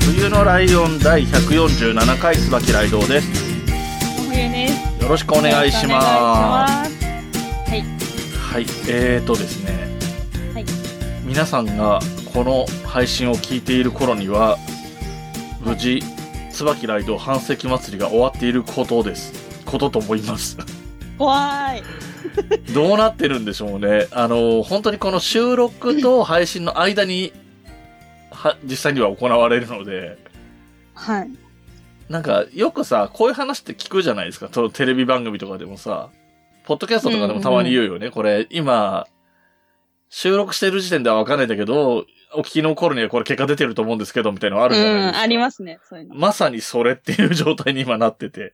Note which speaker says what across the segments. Speaker 1: 冬のライオン第147回椿ライドウです。
Speaker 2: 冬です。
Speaker 1: よろしくお
Speaker 2: お。
Speaker 1: 願いしますす。はい。えーとですね。
Speaker 2: はい
Speaker 1: 皆さんがこの配信を聞いている頃には、無事、椿ライドウ半世紀祭りが終わっていることです。ことと思います。
Speaker 2: 怖い。
Speaker 1: どうなってるんでしょうね。あの、本当にこの収録と配信の間に、は、実際には行われるので、
Speaker 2: はい。
Speaker 1: なんか、よくさ、こういう話って聞くじゃないですか。とテレビ番組とかでもさ、ポッドキャストとかでもたまに言うよね。これ、今、収録してる時点ではわかんないんだけど、お聞きの頃にはこれ結果出てると思うんですけど、みたいなのあ
Speaker 2: う
Speaker 1: るじゃないです
Speaker 2: ん、
Speaker 1: か。
Speaker 2: ありますね、そういうの。
Speaker 1: まさにそれっていう状態に今なってて。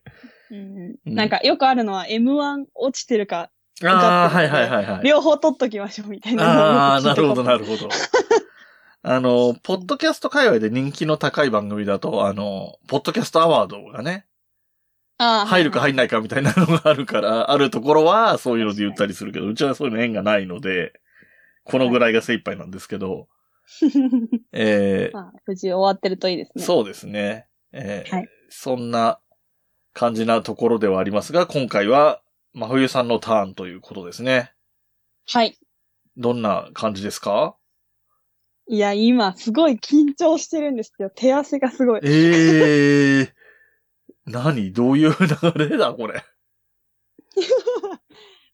Speaker 2: うん、なんかよくあるのは M1 落ちてるか、
Speaker 1: ああ、はいはいはいはい。
Speaker 2: 両方取っときましょうみたいなのを
Speaker 1: ああ、
Speaker 2: よ
Speaker 1: な
Speaker 2: く聞
Speaker 1: る
Speaker 2: い
Speaker 1: ほ
Speaker 2: た
Speaker 1: ど、
Speaker 2: こ
Speaker 1: なるほど。あの、ポッドキャスト界隈で人気の高い番組だと、あの、ポッドキャストアワードがね、
Speaker 2: あー
Speaker 1: 入るか入んないかみたいなのがあるから、あるところはそういうので言ったりするけど、うちはそういうの縁がないので、このぐらいが精一杯なんですけど、え ー
Speaker 2: まあ、無事終わってるといいですね。
Speaker 1: そうですね。えー
Speaker 2: はい
Speaker 1: そんな感じなところではありますが、今回は真冬さんのターンということですね。
Speaker 2: はい。
Speaker 1: どんな感じですか
Speaker 2: いや、今、すごい緊張してるんですよ。手汗がすごい。
Speaker 1: ええー。何どういう流れだこれ。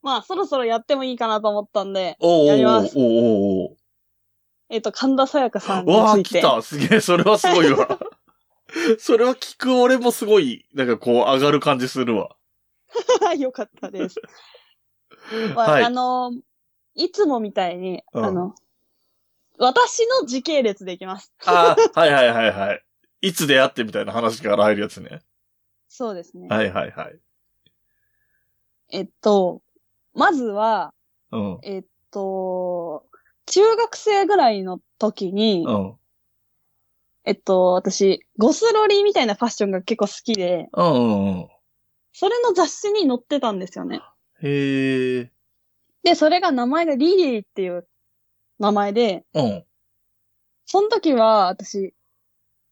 Speaker 2: まあ、そろそろやってもいいかなと思ったんで、
Speaker 1: おうお
Speaker 2: やり
Speaker 1: うお
Speaker 2: ます
Speaker 1: うおう
Speaker 2: えっ、と、神田沙也加さん
Speaker 1: おうわあ、
Speaker 2: につい
Speaker 1: 来
Speaker 2: て。
Speaker 1: たすげえ、それはすごい わ。それは聞く俺もすごい、なんかこう上がる感じするわ。
Speaker 2: よかった です。まあ
Speaker 1: はい
Speaker 2: あの、いつもみたいに、
Speaker 1: うん
Speaker 2: あの、私の時系列でいきます。
Speaker 1: ああ、はいはいはいはい。いつ出会ってみたいな話から入るやつね。
Speaker 2: そうですね。
Speaker 1: はいはいはい。
Speaker 2: えっと、まずは、
Speaker 1: うん。
Speaker 2: えっと、中学生ぐらいの時に、
Speaker 1: うん。
Speaker 2: えっと、私、ゴスロリみたいなファッションが結構好きで、
Speaker 1: うんうんうん。
Speaker 2: それの雑誌に載ってたんですよね。
Speaker 1: へえ。
Speaker 2: で、それが名前がリリーっていう名前で、
Speaker 1: うん。
Speaker 2: その時は、私、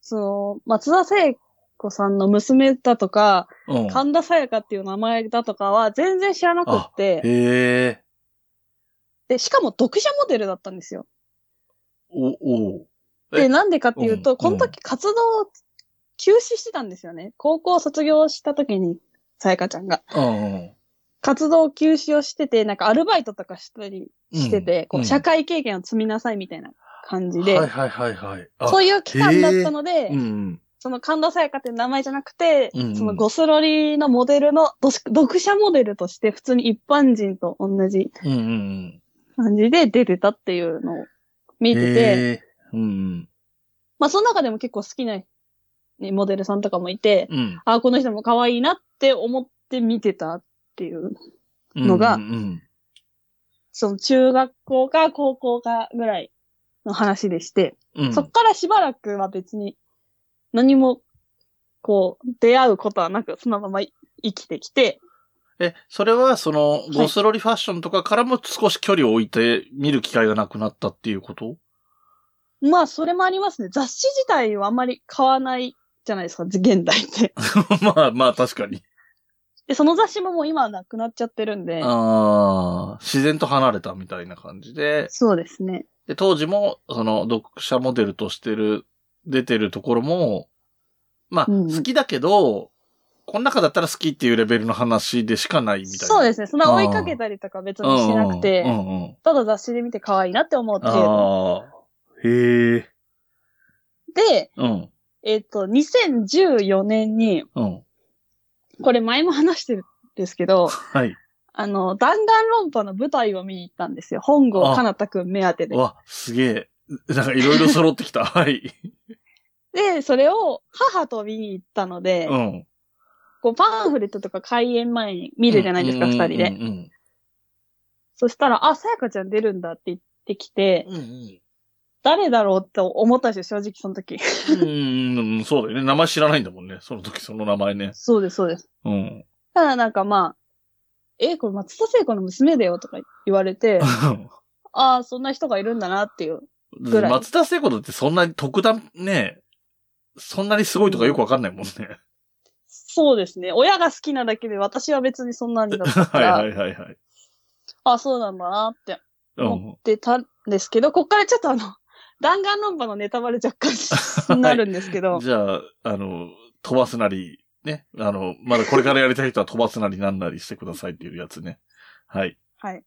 Speaker 2: その、松田聖子さんの娘だとか、
Speaker 1: うん。
Speaker 2: 神田沙也加っていう名前だとかは全然知らなくって、
Speaker 1: へえ。
Speaker 2: で、しかも読者モデルだったんですよ。
Speaker 1: お、おうえ
Speaker 2: で、なんでかっていう
Speaker 1: う
Speaker 2: と、
Speaker 1: ん
Speaker 2: この時活動を休止してたんですよね。高校卒業した時に、沙也加ちゃんが。
Speaker 1: うんうん。
Speaker 2: 活動休止をしてて、なんかアルバイトとかしたりしてて、
Speaker 1: うん
Speaker 2: こ
Speaker 1: う
Speaker 2: うん社会経験を積みなさいみたいな感じで、
Speaker 1: はいはいはいはい。あ
Speaker 2: そういう期間だったので、
Speaker 1: うん。
Speaker 2: その神田沙也加っていう名前じゃなくて、
Speaker 1: うんうん
Speaker 2: そのゴスロリのモデルの、どし読者モデルとして普通に一般人と同じ
Speaker 1: うんうんうん。
Speaker 2: 感じで出てたっていうのを見てて、
Speaker 1: へーうん
Speaker 2: まあその中でも結構好きな、ね、モデルさんとかもいて、
Speaker 1: うん。うん。
Speaker 2: ああ、この人も可愛いなって思って見てたっていう、のが
Speaker 1: うんうん
Speaker 2: その中学校か高校かぐらいの話でして、
Speaker 1: うん、うん
Speaker 2: そっからしばらくは別に何もこう出会うことはなく、そのまま生きてきて、
Speaker 1: え、それは、その、
Speaker 2: い
Speaker 1: ゴスロリファッションとかからも少し距離を置いて見る機会がなくなったっていうこと
Speaker 2: まあ、それもありますね。雑誌自体はあんまり買わないじゃないですか、現代って。
Speaker 1: まあまあ確かに。
Speaker 2: で、その雑誌ももう今はなくなっちゃってるんで。
Speaker 1: ああ、自然と離れたみたいな感じで、
Speaker 2: そうですね。
Speaker 1: で当時も、その、読者モデルとしてる、出てるところも、まあ、
Speaker 2: うんうん
Speaker 1: 好きだけど、この中だったら好きっていうレベルの話でしかないみたいな。
Speaker 2: そう
Speaker 1: で
Speaker 2: ですね。そんな追いかけたりとか別にしなく
Speaker 1: うんう
Speaker 2: て、
Speaker 1: んうんうん。
Speaker 2: ただ雑誌で見て可愛いなって思う程度。
Speaker 1: ああ。へえ。
Speaker 2: で、
Speaker 1: うん。
Speaker 2: えっ、と、2014年に、
Speaker 1: うん。
Speaker 2: これ前も話してるんですけ ど、
Speaker 1: はい。
Speaker 2: あの、弾丸論破の舞台を見に行ったんですよ。本郷かなたくん目当てで
Speaker 1: う。わ、すげえ。なんかいろいろ揃ってきた。はい。
Speaker 2: で、それを母と見に行ったので、
Speaker 1: うん。
Speaker 2: こうパンフレットとか開演前に見るじゃないですか、二、人で。
Speaker 1: で。
Speaker 2: そしたら、あ、さやかちゃん出るんだって言ってきて、
Speaker 1: うんうん
Speaker 2: 誰だろうって思ったんですよ、正直その時。
Speaker 1: うんうんうん、そうだよね。名前知らないんだもんね。その時その名前ね。
Speaker 2: そうです、そうです。
Speaker 1: うん。
Speaker 2: ただなんかまあ、え、これ松田聖子の娘だよとか言われて、ああ、そんな人がいるんだなっていう。ぐらい
Speaker 1: 松田聖子だってそんなに特段ね、そんなにすごいとかよくわかんないも んね。
Speaker 2: そうですね。親が好きなだけで私は別にそんなにだったか
Speaker 1: は い
Speaker 2: ら、
Speaker 1: はいはいはい。
Speaker 2: あそうなんだなって
Speaker 1: う
Speaker 2: 思
Speaker 1: ん。
Speaker 2: ってたんですけど、こっからちょっとあの、弾丸論破のネタバレ若 干になるんですけど、
Speaker 1: じゃあ、あの、飛ばすなり、ね。あの、まだこれからやりたい人は飛ばすなりなんなりしてくださいっていうやつね。はい。
Speaker 2: はい。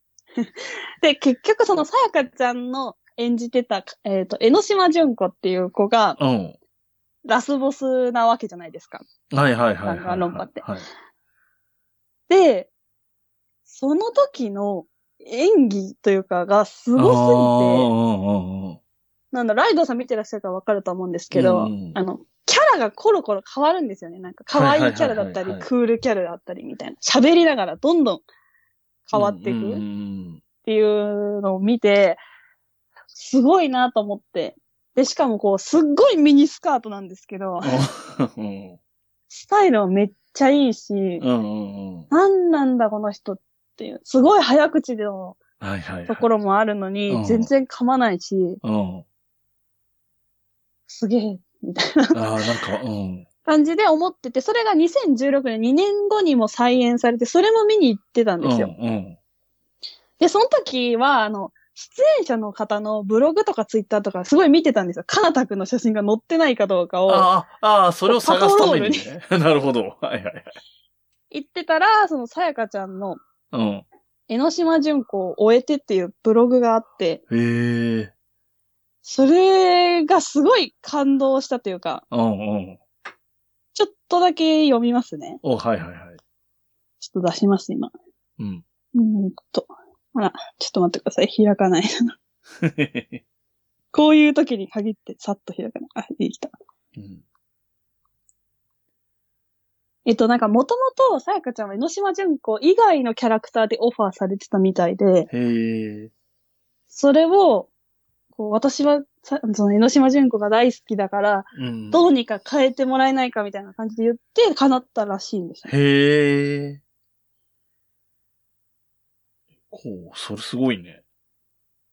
Speaker 2: で、結局そのさやかちゃんの演じてた、えっ、と、江ノ島純子っていう子が
Speaker 1: うん。
Speaker 2: ラスボスなわけじゃないですか。
Speaker 1: はいはいはいはい、はい。
Speaker 2: 弾丸論破って
Speaker 1: はい。
Speaker 2: で、その時の演技というかがすごすぎて、
Speaker 1: ご
Speaker 2: なんだ、ライドさん見てらっしゃるからわかると思うんですけど、
Speaker 1: うん
Speaker 2: あの、キャラがコロコロ変わるんですよね。なんか、可愛いキャラだった
Speaker 1: はいはいはい
Speaker 2: り
Speaker 1: は、い
Speaker 2: クールキャラだったりみたいな。喋りながらどんどん変わってい
Speaker 1: うんうんう
Speaker 2: くっ
Speaker 1: ん
Speaker 2: ていうのを見て、すごいなと思って。で、しかもこう、すっごいミニスカートなんですけど、
Speaker 1: うん。
Speaker 2: スタイルもめっちゃいいし、
Speaker 1: うんうんうん。
Speaker 2: なんなんだこの人っていう、すごい早口の
Speaker 1: はいはい、はい。
Speaker 2: ところもあるのに、
Speaker 1: うん
Speaker 2: 全然噛まないし、
Speaker 1: うん。
Speaker 2: すげえ、みたいな
Speaker 1: ああ、なんか、うん。
Speaker 2: 感じで思ってて、それが2016年、2年後にも再演されて、それも見に行ってたんですよ。
Speaker 1: うんうん。
Speaker 2: で、その時は、あの、出演者の方のブログとかツイッターとかすごい見てたんですよ。かなたくんの写真が載ってないかどうかを
Speaker 1: ああ、ああ、それを探すために ね。なるほど。はいはいはい。
Speaker 2: 言ってたら、そのさやかちゃんの
Speaker 1: うん。
Speaker 2: 江ノ島純子を終えてっていうブログがあって、
Speaker 1: へえ。
Speaker 2: それがすごい感動したというか、
Speaker 1: うんうん。
Speaker 2: ちょっとだけ読みますね。
Speaker 1: お、はいはいはい。
Speaker 2: ちょっと出します、今。
Speaker 1: うん。
Speaker 2: うーんと。あら、ちょっと待ってください。開かない。 こういう時に限って、さっと開かない。あ、できた。
Speaker 1: うん
Speaker 2: えっと、なんか、もともと、さやかちゃんは江ノ島純子以外のキャラクターでオファーされてたみたいで、
Speaker 1: へえ。
Speaker 2: それを、こう、私は、さその江ノ島純子が大好きだから、
Speaker 1: うん。
Speaker 2: どうにか変えてもらえないかみたいな感じで言って、叶ったらしいんですよ。
Speaker 1: へえ。こう、それすごいね。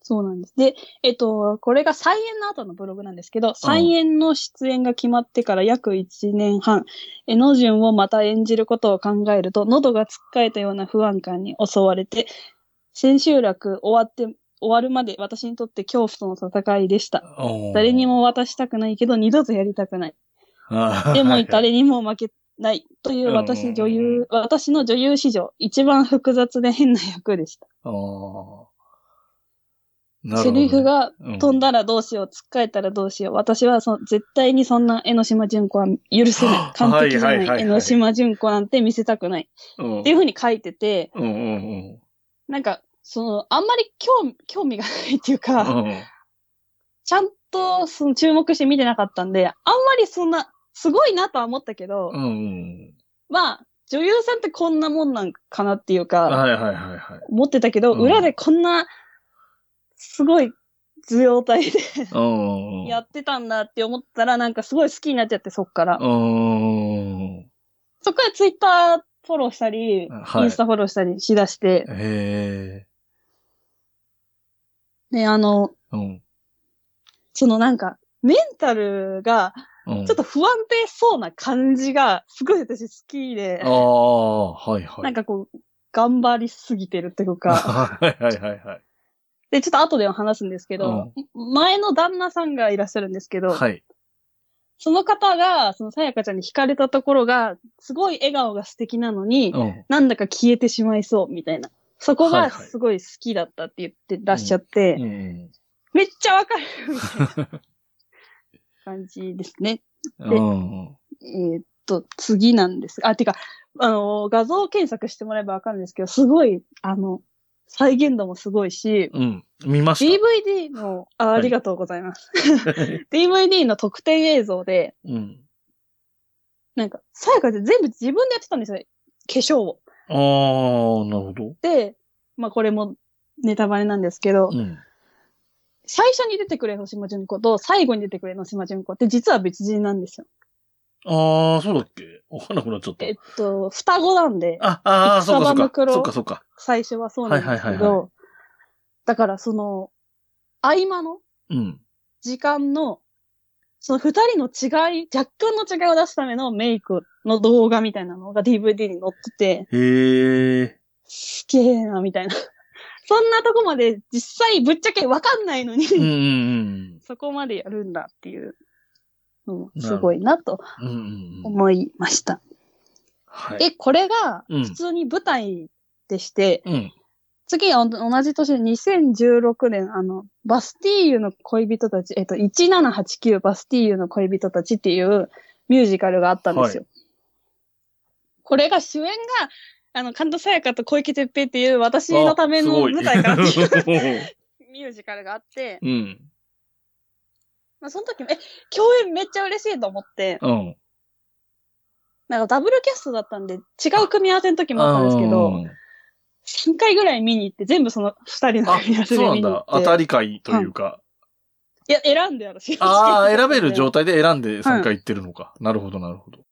Speaker 2: そうなんです。で、えっと、これが再演の後のブログなんですけど、再演の出演が決まってから約1年半、江ノ順をまた演じることを考えると、喉がつっかえたような不安感に襲われて、千秋楽終わって、終わるまで私にとって恐怖との戦いでした。誰に
Speaker 1: も。
Speaker 2: も渡したくないけど、二度とやりたくない。でも誰にも負けない。という
Speaker 1: うん
Speaker 2: 私女優、私の女優史上、一番複雑で変な役でした。
Speaker 1: ああ。なるほどね
Speaker 2: セリフ、が飛ん
Speaker 1: だ。
Speaker 2: だらどうしよう、つっかえたらどうしよう。私はそ絶対にそんな江ノ島純子 は許せない。完璧じゃ
Speaker 1: はいはいはいは
Speaker 2: ないい江ノ島純子なんて見せたくない。
Speaker 1: うん。
Speaker 2: っていうふうに書いてて、
Speaker 1: うんうん
Speaker 2: なんか、その、あんまり興味興味がないっていう
Speaker 1: う
Speaker 2: か、
Speaker 1: ん。うん
Speaker 2: ちゃんとその注目して見てなかったんで、あんまりそんな、すごいなとは思ったけど、
Speaker 1: うんうん。
Speaker 2: まあ、女優さんってこんなもんなんかなっていうか、
Speaker 1: はいはいはいはい。
Speaker 2: 思ってたけど、
Speaker 1: うん
Speaker 2: 裏でこんな、すごい、図様体で
Speaker 1: うんうん。
Speaker 2: やってたんだって思ったら、なんかすごい好きになっちゃって、そっから。
Speaker 1: うん。
Speaker 2: そっからツイッターフォローしたり、
Speaker 1: はい
Speaker 2: インスタフォローしたりしだして、
Speaker 1: へえ。
Speaker 2: で、あの、
Speaker 1: うん。
Speaker 2: そのなんか、メンタルが、
Speaker 1: うん
Speaker 2: ちょっと不安定そうな感じが、すごい私好きで
Speaker 1: あ、あ、はいはい。
Speaker 2: なんかこう、頑張りすぎてるという か、
Speaker 1: はいはいはいはい。
Speaker 2: で、ちょっと後でも話すんですけど、前の旦那さんがいらっしゃるんですけど、
Speaker 1: はい。
Speaker 2: その方が、そのさやかちゃんに惹かれたところが、すごい笑顔が素敵なのに、
Speaker 1: うん。
Speaker 2: なんだか消えてしまいそう、みたいな。そこ
Speaker 1: はい
Speaker 2: が
Speaker 1: はい
Speaker 2: すごい好きだったって言ってらっしゃって、
Speaker 1: うん
Speaker 2: めっちゃわかるみたいな感じですね。
Speaker 1: うん。
Speaker 2: えーっと、次なんです。あ、てか、あのー画像検索してもらえばわかるんですけど、すごい、あの、再現度もすごいし、
Speaker 1: うん。見まし
Speaker 2: DVD の、あありがとうございます。
Speaker 1: た。
Speaker 2: DVD の特典映像で、
Speaker 1: うん。
Speaker 2: なんか、さやかで全部自分でやってたんですよ。化粧を。
Speaker 1: あー、なるほど。
Speaker 2: で、まあこれもネタバレなんですけど、
Speaker 1: うん。
Speaker 2: 最初に出てくる江ノ島純子と最後に出てくる江ノ島純子って実は別人なんですよ。
Speaker 1: あー、そうだっけわかんなくなっちゃった
Speaker 2: え。っと、双子なんで、
Speaker 1: あ、あー、そうか、
Speaker 2: 戦場
Speaker 1: そう
Speaker 2: の
Speaker 1: か。
Speaker 2: 黒
Speaker 1: そうか、そうか。
Speaker 2: 最初はそうなんですけど、
Speaker 1: はいはいはい
Speaker 2: だからその、合間の
Speaker 1: うん。
Speaker 2: 時間の、その二人の違い、若干の違いを出すためのメイクの動画みたいなのが DVD に載ってて、
Speaker 1: へー。
Speaker 2: すげえな、みたいな。 そんなとこまで実際ぶっちゃけわかんないのに、
Speaker 1: うんうん
Speaker 2: そこまでやるんだっていうのもすごいなと
Speaker 1: うん。うんうんうん。
Speaker 2: 思いました。
Speaker 1: はい。
Speaker 2: で、これが
Speaker 1: うん
Speaker 2: 普通に舞台でして、
Speaker 1: うん。
Speaker 2: 次は同じ年2016年、あの、バスティーユの恋人たち、えっと、1789バスティーユの恋人たちっていうミュージカルがあったんですよ。これが主演が、あの、神田沙也加と小池徹平っていう 私のための舞台 からっていう
Speaker 1: ら。
Speaker 2: ミュージカルがあって、
Speaker 1: うん。
Speaker 2: まあ、その時も、え、共演めっちゃ嬉しいと思って、
Speaker 1: うん。
Speaker 2: なんかダブルキャストだったんで、違う組み合わせの時もあったんですけど、3回ぐらい見に行って、全部その2人の
Speaker 1: あ
Speaker 2: 組み合わ、せ
Speaker 1: そう
Speaker 2: で
Speaker 1: な
Speaker 2: 見
Speaker 1: ん
Speaker 2: に行っ
Speaker 1: だ
Speaker 2: て。。
Speaker 1: 当たり会というか。
Speaker 2: いや、選んで私。
Speaker 1: ああ、選べる状態で選んで参加行ってるのか。なるほど、なるほど。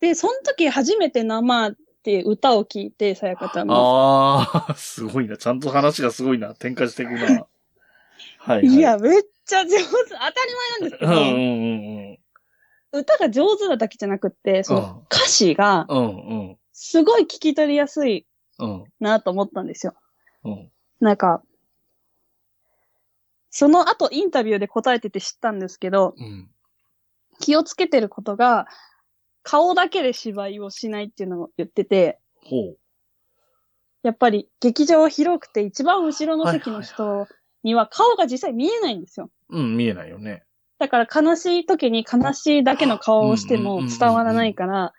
Speaker 2: で、その時初めて生って歌を聞いて、さやかちゃんの。
Speaker 1: ああ、すごいな。ちゃんと話がすごいな。展開していくな。はい、はい。
Speaker 2: いや、めっちゃ上手。当たり前
Speaker 1: うん
Speaker 2: なん
Speaker 1: う
Speaker 2: です
Speaker 1: んうん
Speaker 2: けど、歌が上手なだけじゃなくって、そ
Speaker 1: うん
Speaker 2: の歌詞が
Speaker 1: うん。うんうん
Speaker 2: すごい聞き取りやすい
Speaker 1: うん
Speaker 2: なと思ったんですよ。
Speaker 1: うん。
Speaker 2: なんか、その後インタビューで答えてて知ったんですけど、
Speaker 1: うん。
Speaker 2: 気をつけてることが、顔だけで芝居をしないっていうのを言ってて、
Speaker 1: ほ
Speaker 2: やっぱり劇場広くて一番後ろの席の人には顔が実際見えないんですよ。
Speaker 1: う。うん、見えないよね。
Speaker 2: だから悲しい時に悲しいだけの顔をして
Speaker 1: うんうん
Speaker 2: も
Speaker 1: うんうん
Speaker 2: 伝わらないから、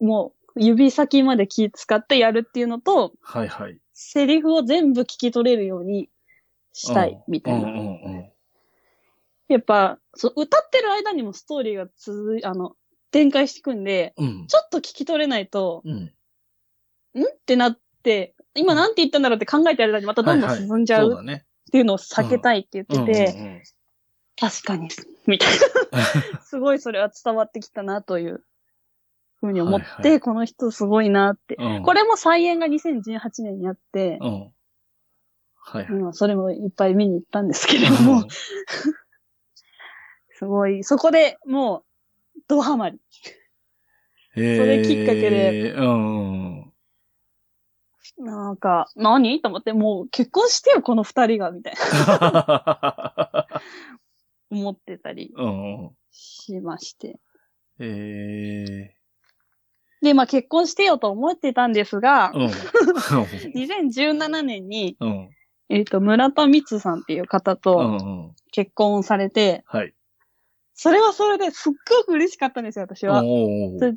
Speaker 2: もう指先まで気使ってやるっていうのと、
Speaker 1: はいはい。
Speaker 2: セリフを全部聞き取れるようにしたい、みたい
Speaker 1: うんう
Speaker 2: な。
Speaker 1: んうん。
Speaker 2: やっぱ、そう、歌ってる間にもストーリーが続い、あの、展開していくんで、
Speaker 1: うん。
Speaker 2: ちょっと聞き取れないと、
Speaker 1: う
Speaker 2: ん
Speaker 1: ん。
Speaker 2: ってなって、今なんて言ったんだろうって考えてる間にまたどんどん
Speaker 1: はいはい
Speaker 2: 進んじゃ
Speaker 1: そう
Speaker 2: う
Speaker 1: だね。
Speaker 2: っていうのを避けたいって言
Speaker 1: う
Speaker 2: っ
Speaker 1: んうん
Speaker 2: てて、
Speaker 1: うん
Speaker 2: 確かに、 みたい な。すごいそれは伝わってきたなというふうに思って、
Speaker 1: はいは
Speaker 2: この人すごいなって。
Speaker 1: うん
Speaker 2: これも再演が2018年にあって、
Speaker 1: うん。はいはい。
Speaker 2: うんそれもいっぱい見に行ったんですけれども、すごい、そこでもう、ドハマり。
Speaker 1: そ
Speaker 2: れ
Speaker 1: れ
Speaker 2: きっかけで。
Speaker 1: うん うん。
Speaker 2: なんか、何と思って、もう結婚してよ、この二人が、みたいな、思ってたり
Speaker 1: うんうん。
Speaker 2: しまして。
Speaker 1: え
Speaker 2: で、まあ結婚してよと思ってたんですが
Speaker 1: ー。、うん。
Speaker 2: 2017年に、
Speaker 1: うん。
Speaker 2: えっ、と、村田光さんっていう方と、
Speaker 1: うんうん。
Speaker 2: 結婚されて、
Speaker 1: はい。
Speaker 2: それはそれですっごく嬉しかったんですよ、私は。
Speaker 1: おー
Speaker 2: で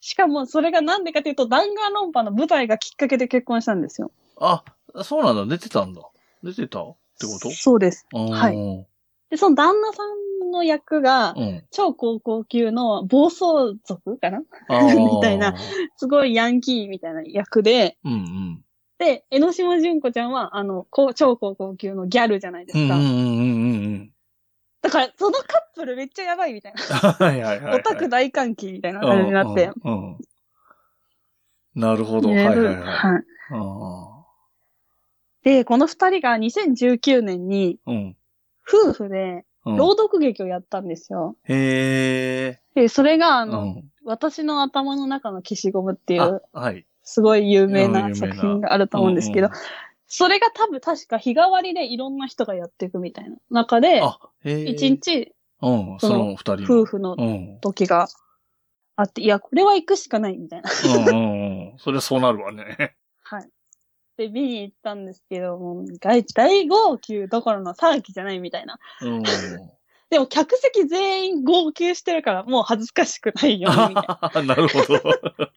Speaker 2: しかも、それがなんでかというと、弾丸論破の舞台がきっかけで結婚したんですよ。
Speaker 1: あ、そうなんだ。出てたんだ。出てたってこと
Speaker 2: そうです。
Speaker 1: は
Speaker 2: はい
Speaker 1: い。
Speaker 2: で、その旦那さんの役が、
Speaker 1: うん。
Speaker 2: 超高校級の暴走族かな みたいな
Speaker 1: あー
Speaker 2: すごいヤンキーみたいな役で、
Speaker 1: うんうん。
Speaker 2: で、江ノ島純子ちゃんは、あの、こう超高校級のギャルじゃないで
Speaker 1: う
Speaker 2: す
Speaker 1: んうん
Speaker 2: か。
Speaker 1: うんうんうん。
Speaker 2: だから、そのカップルめっちゃやばいみたいな。
Speaker 1: はいはいはいはい。
Speaker 2: オタク大歓喜みたいな感じになって。
Speaker 1: うんうんうん。なるほど。はい
Speaker 2: ね
Speaker 1: はいはい。
Speaker 2: はい
Speaker 1: あ
Speaker 2: で、この二人が2019年に、
Speaker 1: ーうん。
Speaker 2: 夫婦で
Speaker 1: うん
Speaker 2: 朗読劇をやったんですよ。
Speaker 1: へえ。
Speaker 2: で、それが、あ
Speaker 1: あ
Speaker 2: の、、私の頭の中の消しゴムっていう、
Speaker 1: あはい。
Speaker 2: すごい有名
Speaker 1: うん
Speaker 2: な
Speaker 1: 有名な
Speaker 2: 作品があると思うんですけど、
Speaker 1: う
Speaker 2: それが多分確か日替わりでいろんな人がやっていくみたいな中で
Speaker 1: ん、あ、へえ。
Speaker 2: 一。日
Speaker 1: うん、そ
Speaker 2: その
Speaker 1: の二人の。
Speaker 2: 夫婦の
Speaker 1: うん。
Speaker 2: 時があって、いや、これは行くしかないみたいな。
Speaker 1: うんうんうん。そりゃそうなるわね。
Speaker 2: はい。で、見に行ったんですけど、もう大大号泣どころの騒ぎじゃないみたいな。
Speaker 1: うん。
Speaker 2: でも客席全員号泣してるから、もう恥ずかしく ないよねみたいな。
Speaker 1: なるほど。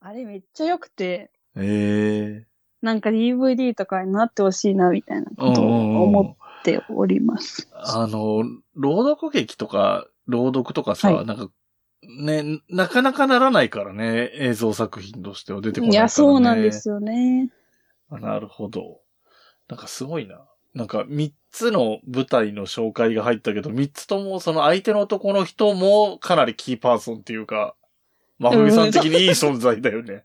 Speaker 2: あれめっちゃ良くて、
Speaker 1: え
Speaker 2: なんか DVD とかになってほしいな、みたいな
Speaker 1: えー。
Speaker 2: ことを思っております。
Speaker 1: あの、朗読劇とか、朗読とかさ、
Speaker 2: はい
Speaker 1: なんか、ね、なかなかならないからね、映像作品としては出てこな
Speaker 2: い
Speaker 1: いから、ね。
Speaker 2: や、そうなんですよね。
Speaker 1: あなるほど。なんかすごいな。なんか三つの舞台の紹介が入ったけど、三つともその相手の男の人もかなりキーパーソンっていうか、まふみさん的にいい存在だよね。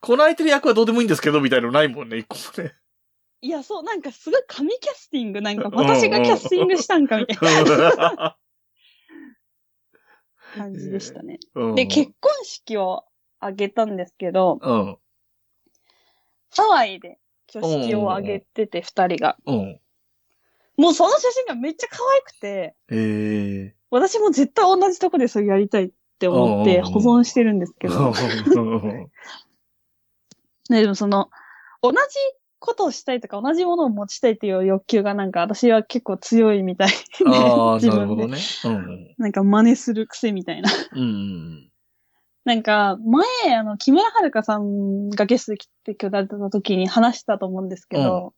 Speaker 1: この相手の役はどうでもいいんですけど、みたいなのないもんね、一個 もね。
Speaker 2: いや、そう、なんかすごい神キャスティング、なんか
Speaker 1: うん
Speaker 2: 私がキャスティングしたんかみたいな感じでしたね。
Speaker 1: うん
Speaker 2: で、結婚式をあげたんですけど、
Speaker 1: うん。
Speaker 2: ハワイで挙式をあげてて、二人が。
Speaker 1: うん。
Speaker 2: もうその写真がめっちゃ可愛くて、
Speaker 1: ええ
Speaker 2: 私も絶対同じとこでそれやりたいって思っ
Speaker 1: うん
Speaker 2: て
Speaker 1: うんうん
Speaker 2: 保存してるんですけど、
Speaker 1: ー。
Speaker 2: ね、でもその、同じことをしたいとか同じものを持ちたいっていう欲求がなんか私は結構強いみたいで、
Speaker 1: あ あ、
Speaker 2: 自
Speaker 1: なる
Speaker 2: 分
Speaker 1: ほ
Speaker 2: で
Speaker 1: ど。ね。うん。
Speaker 2: なんか真似する癖みたいな。
Speaker 1: うん。
Speaker 2: なんか、前、あの、木村遥さんがゲストで来てくださった時に話したと思うんですけど、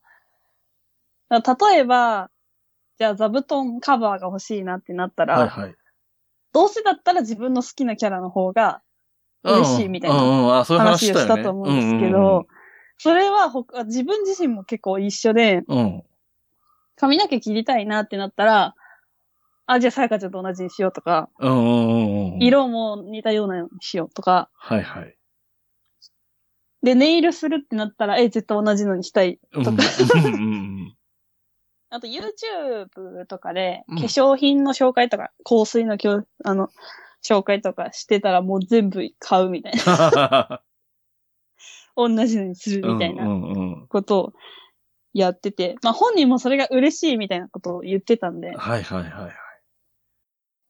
Speaker 2: だから例えば、じゃあ座布団カバーが欲しいなってなったら、
Speaker 1: はいはい。
Speaker 2: どうせだったら自分の好きなキャラの方が嬉しいみたい
Speaker 1: うん
Speaker 2: な
Speaker 1: うんうん、あそういう話
Speaker 2: 話を
Speaker 1: した
Speaker 2: し
Speaker 1: よ
Speaker 2: た
Speaker 1: ね。
Speaker 2: と思うんですけど、それはほか自分自身も結構一緒で、
Speaker 1: うんうんうん。うん。
Speaker 2: 髪の毛切りたいなってなったら、あ、じゃあさやかちゃんと同じにしようとか、
Speaker 1: うんうんうんうん。
Speaker 2: 色も似たようなのにしようとか、
Speaker 1: はいはい。
Speaker 2: で、ネイルするってなったら、え、絶対同じのにしたい
Speaker 1: うん
Speaker 2: とか、
Speaker 1: うんうん
Speaker 2: あと YouTube とかで
Speaker 1: う
Speaker 2: 化
Speaker 1: ん
Speaker 2: 粧品の紹介とか、香水のきょあの紹介とかしてたらもう全部買うみたいな。 同じのにする
Speaker 1: うん。
Speaker 2: みたいな
Speaker 1: うんうんうん
Speaker 2: ことをやってて。まあ本人もそれが嬉しいみたいなことを言ってたん で。
Speaker 1: はいはいはい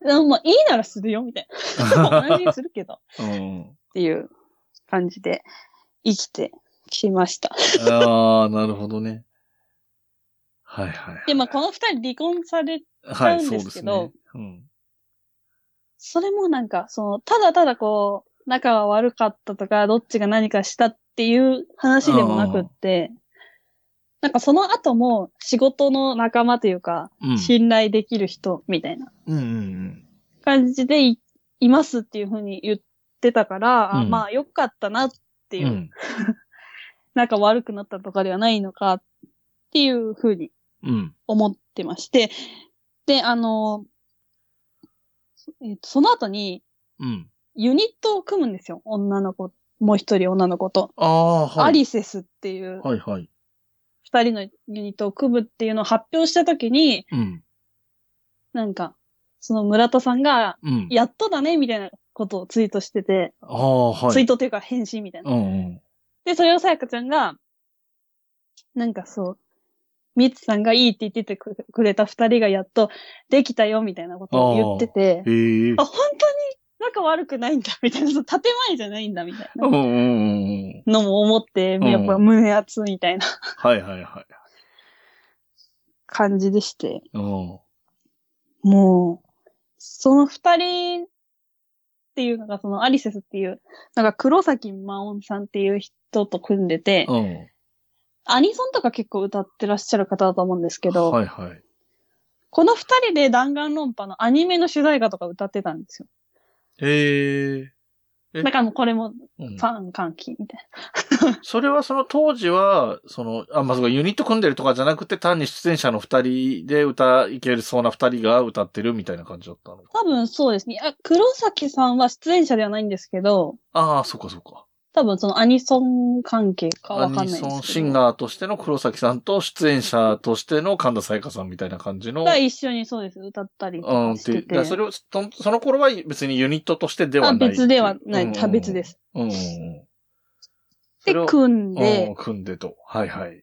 Speaker 2: でもまあいいならするよみたい な。 同じにするけど。っ
Speaker 1: はい。うん。
Speaker 2: ていう感じで生きてきました。
Speaker 1: ああ、なるほどね。はいはいはい。
Speaker 2: で、まあこの二人離婚され
Speaker 1: は
Speaker 2: 買
Speaker 1: い、
Speaker 2: うん
Speaker 1: そ
Speaker 2: で
Speaker 1: うですす
Speaker 2: けど
Speaker 1: ね。うん。
Speaker 2: それもなんか、その、ただただこう、仲は悪かったとか、どっちが何かしたっていう話でもなくって、なんかその後も仕事の仲間というか、
Speaker 1: うん。
Speaker 2: 信頼できる人みたいな
Speaker 1: うんうん
Speaker 2: 感じでいいますっていうふうに言ってたから、あ
Speaker 1: うん
Speaker 2: まあ良かったなって
Speaker 1: うん。
Speaker 2: いうう、
Speaker 1: ん。
Speaker 2: 仲悪くなったとかではないのかっていうふうに
Speaker 1: うん。
Speaker 2: 思ってまして、で、あの、えっとその後に、
Speaker 1: うん。
Speaker 2: ユニットを組むんですよ。女の子、もう一人女の子と。
Speaker 1: ああ、はい。
Speaker 2: アリセスっていう
Speaker 1: はいはい。
Speaker 2: 二人のユニットを組むっていうのを発表したときに、
Speaker 1: うん。
Speaker 2: なんか、その村田さんが、
Speaker 1: うん。
Speaker 2: やっとだねみたいなことをツイートしてて、
Speaker 1: ああ、は
Speaker 2: ツイ
Speaker 1: い。
Speaker 2: ートというか返信みたいな。
Speaker 1: うんうん。
Speaker 2: で、それをさやかちゃんが、なんかそう、ミッツさんがいいって言っててくくれた二人がやっとできたよみたいなことを言ってて、
Speaker 1: へえ
Speaker 2: あ。本当に仲悪くないんだみたいな、そう建前じゃないんだみたいな
Speaker 1: うん。うんうんうん。
Speaker 2: のも思って、
Speaker 1: うん
Speaker 2: やっぱ胸熱みたいな
Speaker 1: はいはいはい。
Speaker 2: 感じでして、
Speaker 1: うん。
Speaker 2: もう、その二人っていうのが、そのアリセスっていう、なんか黒崎真音さんっていう人と組んでて、
Speaker 1: うん。
Speaker 2: アニソンとか結構歌ってらっしゃる方だと思うんですけど、
Speaker 1: はいはい。
Speaker 2: この二人で弾丸論破のアニメの主題歌とか歌ってたんですよ。
Speaker 1: へえ。え
Speaker 2: だからもうこれも
Speaker 1: うん
Speaker 2: ファン歓喜みたい
Speaker 1: それはその当時は、その、あ、まあ、そうかユニット組んでるとかじゃなくて、単に出演者の二人で歌いけるそうな二人が歌ってるみたいな感じだったの。
Speaker 2: な。多分そうですね。あ黒崎さんは出演者ではないんですけど、
Speaker 1: ああ、そうかそうか。
Speaker 2: 多分そのアニソン関係か
Speaker 1: ア
Speaker 2: わかんない
Speaker 1: ニ
Speaker 2: ですけど。
Speaker 1: ソンシンガーとしての黒崎さんと出演者としての神田沙也加さんみたいな感じの。
Speaker 2: が一緒にそうです、歌ったりと
Speaker 1: うん、
Speaker 2: か
Speaker 1: っ
Speaker 2: して
Speaker 1: い
Speaker 2: て
Speaker 1: う。
Speaker 2: て。
Speaker 1: だからそれを、そその頃は別にユニットとしてでは
Speaker 2: あ
Speaker 1: ない。
Speaker 2: 別ではない、
Speaker 1: うん
Speaker 2: た別で。す。
Speaker 1: うんうんうん。
Speaker 2: で、
Speaker 1: ん
Speaker 2: 組ん
Speaker 1: う
Speaker 2: で
Speaker 1: ん、、組んでと。はいはい。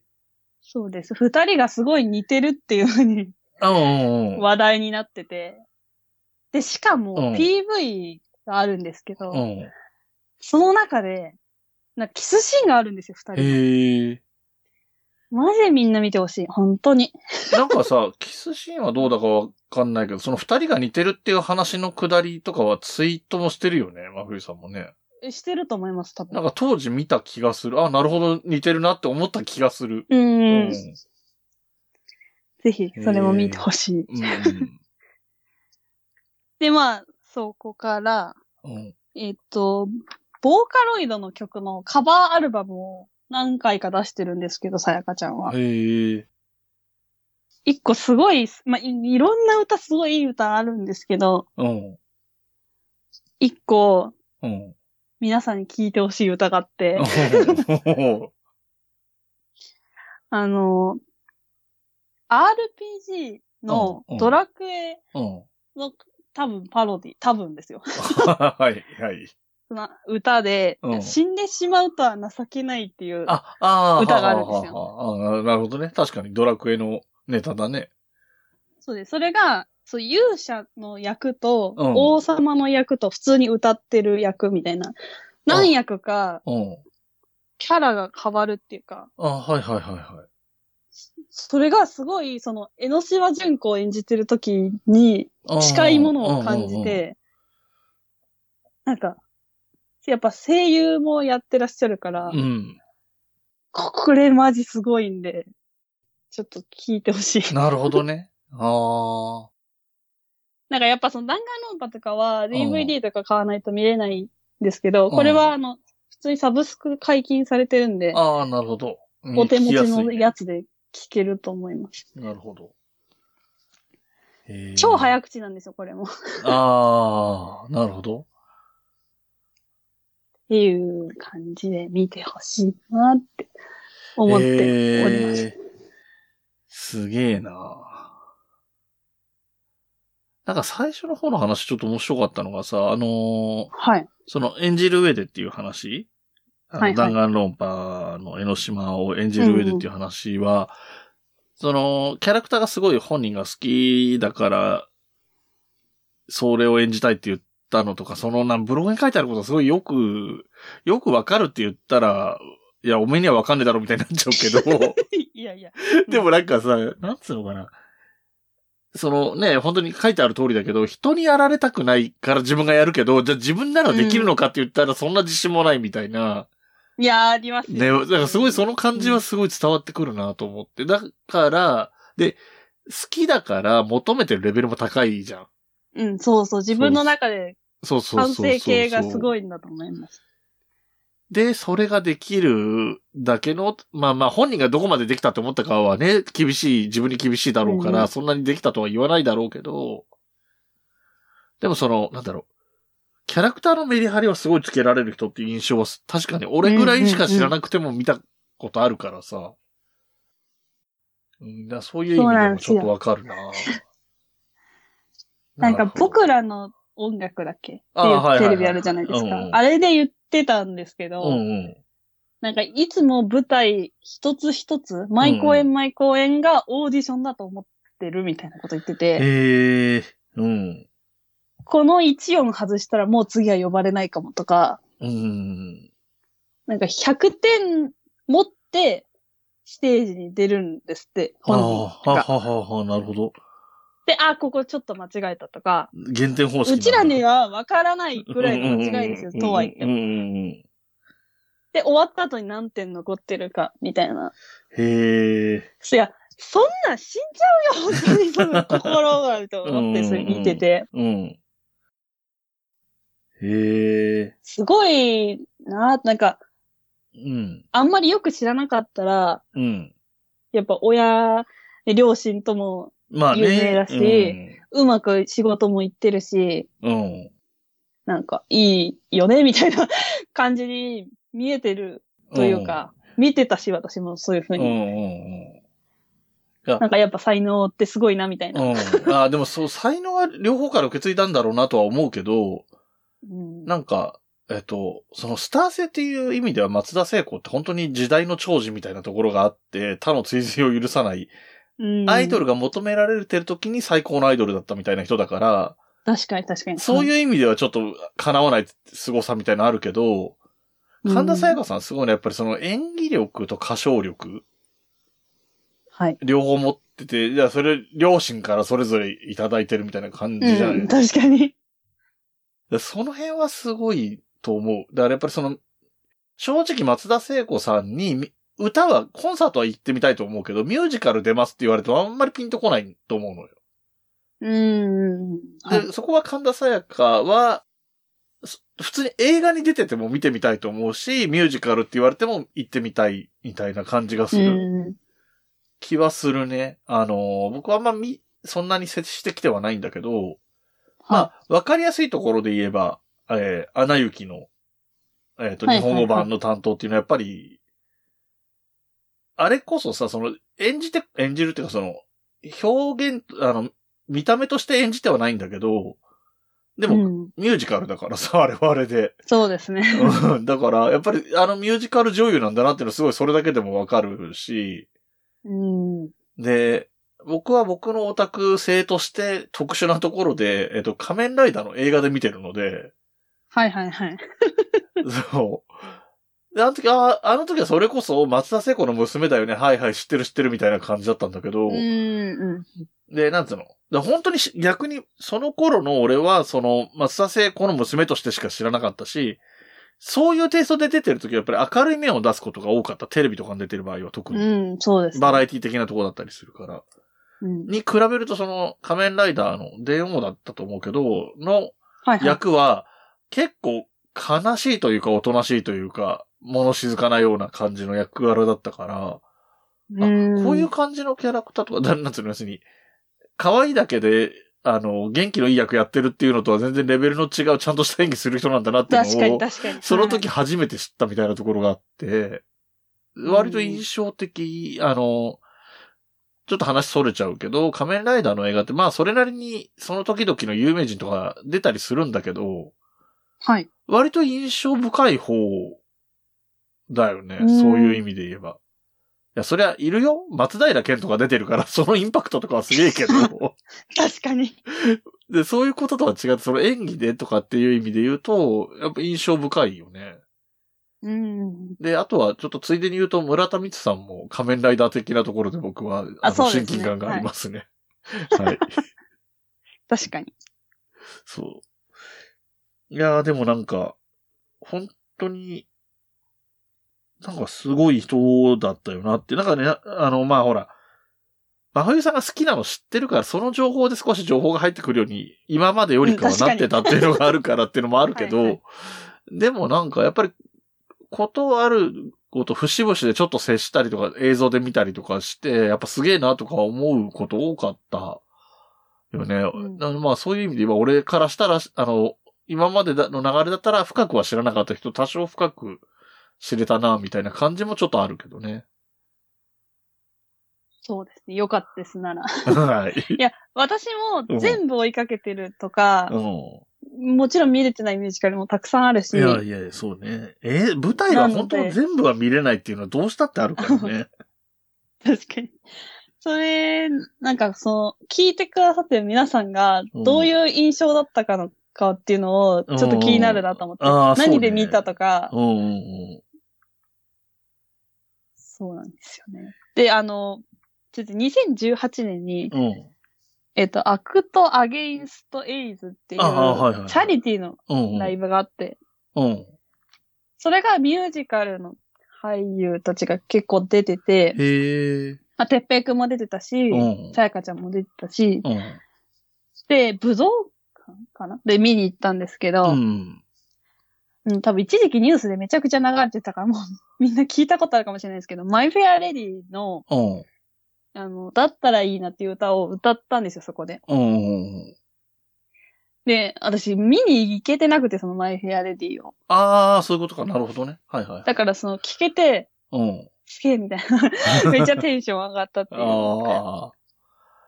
Speaker 2: そうです。二人がすごい似てるっていうふうに
Speaker 1: うんうんうん。
Speaker 2: 話題になってて。で、しかも
Speaker 1: うん
Speaker 2: PV があるんですけど、
Speaker 1: うん。
Speaker 2: その中で、なんかキスシーンがあるんですよ、二人。
Speaker 1: へえ。
Speaker 2: マジでみんな見てほしい、本当に。
Speaker 1: なんかさ、キスシーンはどうだかわかんないけど、その二人が似てるっていう話のくだりとかはツイートもしてるよね、まふりさんもね。
Speaker 2: えしてると思います、多
Speaker 1: な
Speaker 2: 分。
Speaker 1: んか当時見た気がする。あ、なるほど、似てるなって思った気がする。
Speaker 2: うん
Speaker 1: う
Speaker 2: うん。ぜひ、それも見てほしい。
Speaker 1: うん
Speaker 2: で、まあ、そこから、
Speaker 1: うん
Speaker 2: えっと、ボーカロイドの曲のカバーアルバムを何回か出してるんですけど、さやかちゃんは。
Speaker 1: へえ。
Speaker 2: 一個すごい、まあ、いいろんな歌、すごいいい歌あるんですけど、
Speaker 1: うん。
Speaker 2: 一個、
Speaker 1: うん。
Speaker 2: 皆さんに聴いてほしい歌があって、あの、RPG の
Speaker 1: うんうん
Speaker 2: ドラクエ
Speaker 1: うん。
Speaker 2: の多分パロディ、多分ですよ。
Speaker 1: はい、はい。
Speaker 2: その歌で、
Speaker 1: うん
Speaker 2: 死んでしまうとは情けないっていう、
Speaker 1: あ、ああ、
Speaker 2: 歌があるんですよ
Speaker 1: よ。あななるほどね。確かにドラクエのネタだね。
Speaker 2: そうです。それが、そう、勇者の役と、
Speaker 1: うん
Speaker 2: 王様の役と、普通に歌ってる役みたいな、何役か、
Speaker 1: うん。
Speaker 2: キャラが変わるっていうか、
Speaker 1: あはいはいはいはい。
Speaker 2: それがすごい、その、江ノ島純子を演じてる時に、近いものを感じて、なんか、やっぱ声優もやってらっしゃるから
Speaker 1: うん。、うん
Speaker 2: ここれマジすごいんで、ちょっと聞いてほしい。
Speaker 1: なるほどね。ああ。
Speaker 2: なんかやっぱその弾丸論破とかは
Speaker 1: ん
Speaker 2: DVD とか買わないと見れないんですけど、これはあの、普通にサブスク解禁されてるんで、
Speaker 1: ああ、なるほど。
Speaker 2: お手持ち
Speaker 1: 聞
Speaker 2: の
Speaker 1: き
Speaker 2: や
Speaker 1: や
Speaker 2: つで聞けると思います。
Speaker 1: すいね。なるほど。
Speaker 2: 超
Speaker 1: く。
Speaker 2: 早口なんですよ、これも。 っ
Speaker 1: ああ、なるほど。
Speaker 2: ていう感じで見てほしいなって思っております。
Speaker 1: えーすげえななんか最初の方の話ちょっと面白かったのがさ、あのー
Speaker 2: はい。
Speaker 1: その演じる上でっていう話、あの
Speaker 2: はいはい
Speaker 1: 弾丸論破の江ノ島を演じる上でっていう話は、そのキャラクターがすごい本人が好きだから、それを演じたいって言ったのとか、そのなんブログに書いてあることがすごいよく、よくわかるって言ったら、いや、おめえにはわかんねえだろみたいになっちゃうけど、
Speaker 2: いやいや。
Speaker 1: でもなんかさ、なんつうのかな。そのね、本当に書いてある通りだけど、人にやられたくないから自分がやるけど、じゃあ自分ならできるのかって言ったらそんな自信もないみたいな。
Speaker 2: いや、あります
Speaker 1: ね、だからすごいその感じは
Speaker 2: す
Speaker 1: すごい伝わってくるなと思って。だから、で、好きだから求めてるレベルも高いじゃん。
Speaker 2: うん、うんそうそう。自分の中で
Speaker 1: そうそうそう
Speaker 2: 完
Speaker 1: そう。
Speaker 2: 成形がす
Speaker 1: い。
Speaker 2: ごいんだと思います。
Speaker 1: で、それができるだけの、まあまあ本人がどこまでできたと思ったかはね、厳しい、自分に厳しいだろうから、
Speaker 2: うん
Speaker 1: そんなにできたとは言わないだろうけど、でもその、なんだろう、キャラクターのメリハリはすごいつけられる人っていう印象は確かに俺ぐらいしか知らなくても見たことあるからさ、うんだからそういう意味でもちょっとわかるな
Speaker 2: な
Speaker 1: なん
Speaker 2: か、僕らの音楽だっけって
Speaker 1: あーはいいうはい
Speaker 2: テ
Speaker 1: はい
Speaker 2: レビあるじゃないです
Speaker 1: うんう
Speaker 2: か。
Speaker 1: ん
Speaker 2: あれで言ってたんですけど、
Speaker 1: うんうん。
Speaker 2: なんかいつも舞台一つ一つ、毎公演毎公演がオーディションだと思ってるみたいなこと言ってて、
Speaker 1: へえ、うん。
Speaker 2: この一音外したらもう次は呼ばれないかもとか、
Speaker 1: うん。
Speaker 2: なんか100点持ってステージに出るんですって、
Speaker 1: あ
Speaker 2: 本人
Speaker 1: あ、
Speaker 2: が
Speaker 1: は。ははは、なるほど。
Speaker 2: で、あ、ここちょっと間違えたとか、
Speaker 1: 減点方式。
Speaker 2: うちらにはわからないぐらいの間違いですよ、とは言って
Speaker 1: うん
Speaker 2: も。
Speaker 1: うんうん
Speaker 2: で、終わった後に何点残ってるか、みたいな。
Speaker 1: へえ。
Speaker 2: いや、そんなん死んじゃうよ、本当に、その心が、と思って、それ見てて。
Speaker 1: うん。へえ。
Speaker 2: すごいな、なんか、
Speaker 1: うん。
Speaker 2: あんまりよく知らなかったら、
Speaker 1: うん。
Speaker 2: やっぱ親、両親とも
Speaker 1: まあね。
Speaker 2: 有名だしうまく仕事も行ってるし、
Speaker 1: うん。うん。
Speaker 2: なんかいいよね、みたいな感じに見えてるというか、見てたし、私もそういうふう
Speaker 1: うん。う
Speaker 2: に。
Speaker 1: ん
Speaker 2: なんかやっぱ才能ってすごいな、みたい
Speaker 1: うん
Speaker 2: な。
Speaker 1: うん。うん。ああ、でもそう、才能は両方から受け継いだんだろうなとは思うけど、
Speaker 2: うん
Speaker 1: なんか、えっと、そのスター性っていう意味では松田聖子って本当に時代の長寿みたいなところがあって、他の追随を許さない
Speaker 2: うん
Speaker 1: アイドルが求められてる時に最高のアイドルだったみたいな人だから、
Speaker 2: 確かに確かに。
Speaker 1: そう
Speaker 2: う
Speaker 1: いう意味ではちょっと叶わない凄さみたいなのあるけど、神田沙也
Speaker 2: が
Speaker 1: 加さんすごいね、やっぱりその演技力と歌唱力、
Speaker 2: はい。
Speaker 1: 両方持ってて、じゃあそれ両親からそれぞれいただいてるみたいな感じじゃない、
Speaker 2: うん、確かに。
Speaker 1: でその辺はすごいと思う。だからやっぱりその、正直松田聖子さんにみ、歌は、コンサートは行ってみたいと思うけど、ミュージカル出ますって言われてもあんまりピンとこないと思うのよ。
Speaker 2: うん。はい
Speaker 1: で、そこは神田沙也加は、す普通に映画に出てても見てみたいと思うし、ミュージカルって言われても行ってみたいみたいな感じがする
Speaker 2: うん
Speaker 1: 気はするね。あのー、僕はあんまみ、そんなに接してきてはないんだけど、ま
Speaker 2: は
Speaker 1: あ、わかりやすいところで言えば、えー、アナ雪の、えっ、と、
Speaker 2: はい
Speaker 1: 日本語版の担当っていうのはやっぱり、あれこそさ、その、演じて、演じるっていうかその、表現、あの、見た目として演じてはないんだけど、で
Speaker 2: い。
Speaker 1: も、
Speaker 2: うん。
Speaker 1: ミュージカルだからさ、あ れはあれで。
Speaker 2: そうですね。
Speaker 1: うんだから、やっぱり、あの、ミュージカル女優なんだなっていうのはすごいそれだけでもわかるし、
Speaker 2: うん。
Speaker 1: で、僕は僕のオタク性として特殊なところで、えっと、仮面ライダーの映画で見てるので、
Speaker 2: はいはいはい。
Speaker 1: そう。であの時、ああの時はそれこそ松田聖子の娘だよね。はいはい、知ってる知ってるみたいな感じだったんだけど、
Speaker 2: うん。うん。
Speaker 1: で、なんつうのだ本当にし逆に、その頃の俺は、その、松田聖子の娘としてしか知らなかったし、そういうテイストで出てる時はやっぱり明るい面を出すことが多かった。テレビとかに出てる場合は特に。
Speaker 2: うん、そうです。
Speaker 1: バラエティ的なとこだったりするから。
Speaker 2: うん
Speaker 1: に比べるとその仮面ライダーの電王だったと思うけど、の
Speaker 2: はいはい。
Speaker 1: 役は結構悲しいというかおとなしいというか、物静かなような感じの役柄だったから、あ
Speaker 2: ん
Speaker 1: こういう感じのキャラクターとか、だなんつうの、要するに、可愛いだけで、あの、元気のいい役やってるっていうのとは全然レベルの違うちゃんとした演技する人なんだなっていうのを、
Speaker 2: 確かに確かに。
Speaker 1: その時
Speaker 2: はい
Speaker 1: 初めて知ったみたいなところがあって、割と印象的、あの、ちょっと話逸れちゃうけど、仮面ライダーの映画って、まあそれなりにその時々の有名人とか出たりするんだけど、
Speaker 2: はい。
Speaker 1: 割と印象深い方だよね。
Speaker 2: うん
Speaker 1: そういう意味で言えば。いや、そりゃいるよ。松平健とか出てるから、 そのインパクトとかはすげえけ ど。
Speaker 2: 確かに。
Speaker 1: で、そういうこととは違って、その演技でとかっていう意味で言うと、やっぱ印象深いよね。
Speaker 2: うん。
Speaker 1: で、あとは、ちょっとついでに言うと、村田光さんも仮面ライダー的なところで僕は、あ
Speaker 2: そ
Speaker 1: の、
Speaker 2: うです
Speaker 1: 親
Speaker 2: ね
Speaker 1: 近感がありますね。はい。
Speaker 2: 確かに。
Speaker 1: そう。いやー、でもなんか、本当に、なんかすごい人だったよなって。なんかね、あの、まあほら、真冬さんが好きなの知ってるから、その情報で少し情報が入ってくるように、今までよりか
Speaker 2: う
Speaker 1: は
Speaker 2: ん確か
Speaker 1: なっ
Speaker 2: に
Speaker 1: てたっていうのがあるからっていうのもあるけど、
Speaker 2: はいはい
Speaker 1: でもなんかやっぱり、ことあること、節々でちょっと接したりとか、映像で見たりとかして、やっぱすげえなとか思うこと多かったよね。
Speaker 2: ん
Speaker 1: あのまあそういう意味で今俺からしたら、あの、今までだの流れだったら深くは知らなかった人、多少深く知れたな、みたいな感じもちょっとあるけど ね。
Speaker 2: そうですね。よかったですなら。
Speaker 1: はい。
Speaker 2: 私
Speaker 1: うん
Speaker 2: も全部追いかけてるとか、
Speaker 1: う
Speaker 2: もちろん見れてないミュージカルもたくさんあるし、
Speaker 1: ん。いやいやいや、そうね。えー舞台は本当
Speaker 2: なの
Speaker 1: に
Speaker 2: で
Speaker 1: 全部は見れないっていうのはどうしたってあるからね。
Speaker 2: 確かに。それ、なんかその、聞いてくださってる皆さんが、どういう印象だったかのかっていうのを、ちょっと気になるなと思って、
Speaker 1: うんあーそうね
Speaker 2: 何で見たとか、
Speaker 1: うんうんうん。
Speaker 2: そうなんですよね。で、あの、ちょっと2018年に、
Speaker 1: うん。
Speaker 2: えっ、と、アクト・アゲインスト・エイズっていう、
Speaker 1: ああはいはい
Speaker 2: チャリティーの
Speaker 1: うん、うん。
Speaker 2: ライブがあって、
Speaker 1: うん。
Speaker 2: それがミュージカルの俳優たちが結構出てて、
Speaker 1: へえ。
Speaker 2: まあ、てっぺいくんも出てたし
Speaker 1: う、ん。
Speaker 2: さやかちゃんも出てたし、
Speaker 1: うん。
Speaker 2: で、武道館かなで見に行ったんですけど、
Speaker 1: う
Speaker 2: うん、
Speaker 1: ん。
Speaker 2: 多分一時期ニュースでめちゃくちゃ流れてたから、もう みんな聞いたことあるかもしれないですけど、マイ・フェア・レディの、
Speaker 1: うん。
Speaker 2: あの、だったらいいなっていう歌を歌ったんですよ、そこで。
Speaker 1: うん。
Speaker 2: で、私、見に行けてなくて、そのマイ・フェア・レディを。
Speaker 1: ああ、そういうことか。なるほどね。はいはい。
Speaker 2: だから、その、聞けて、
Speaker 1: うん。
Speaker 2: すげえみたいな。 めっちゃテンション上がったっていうの
Speaker 1: あ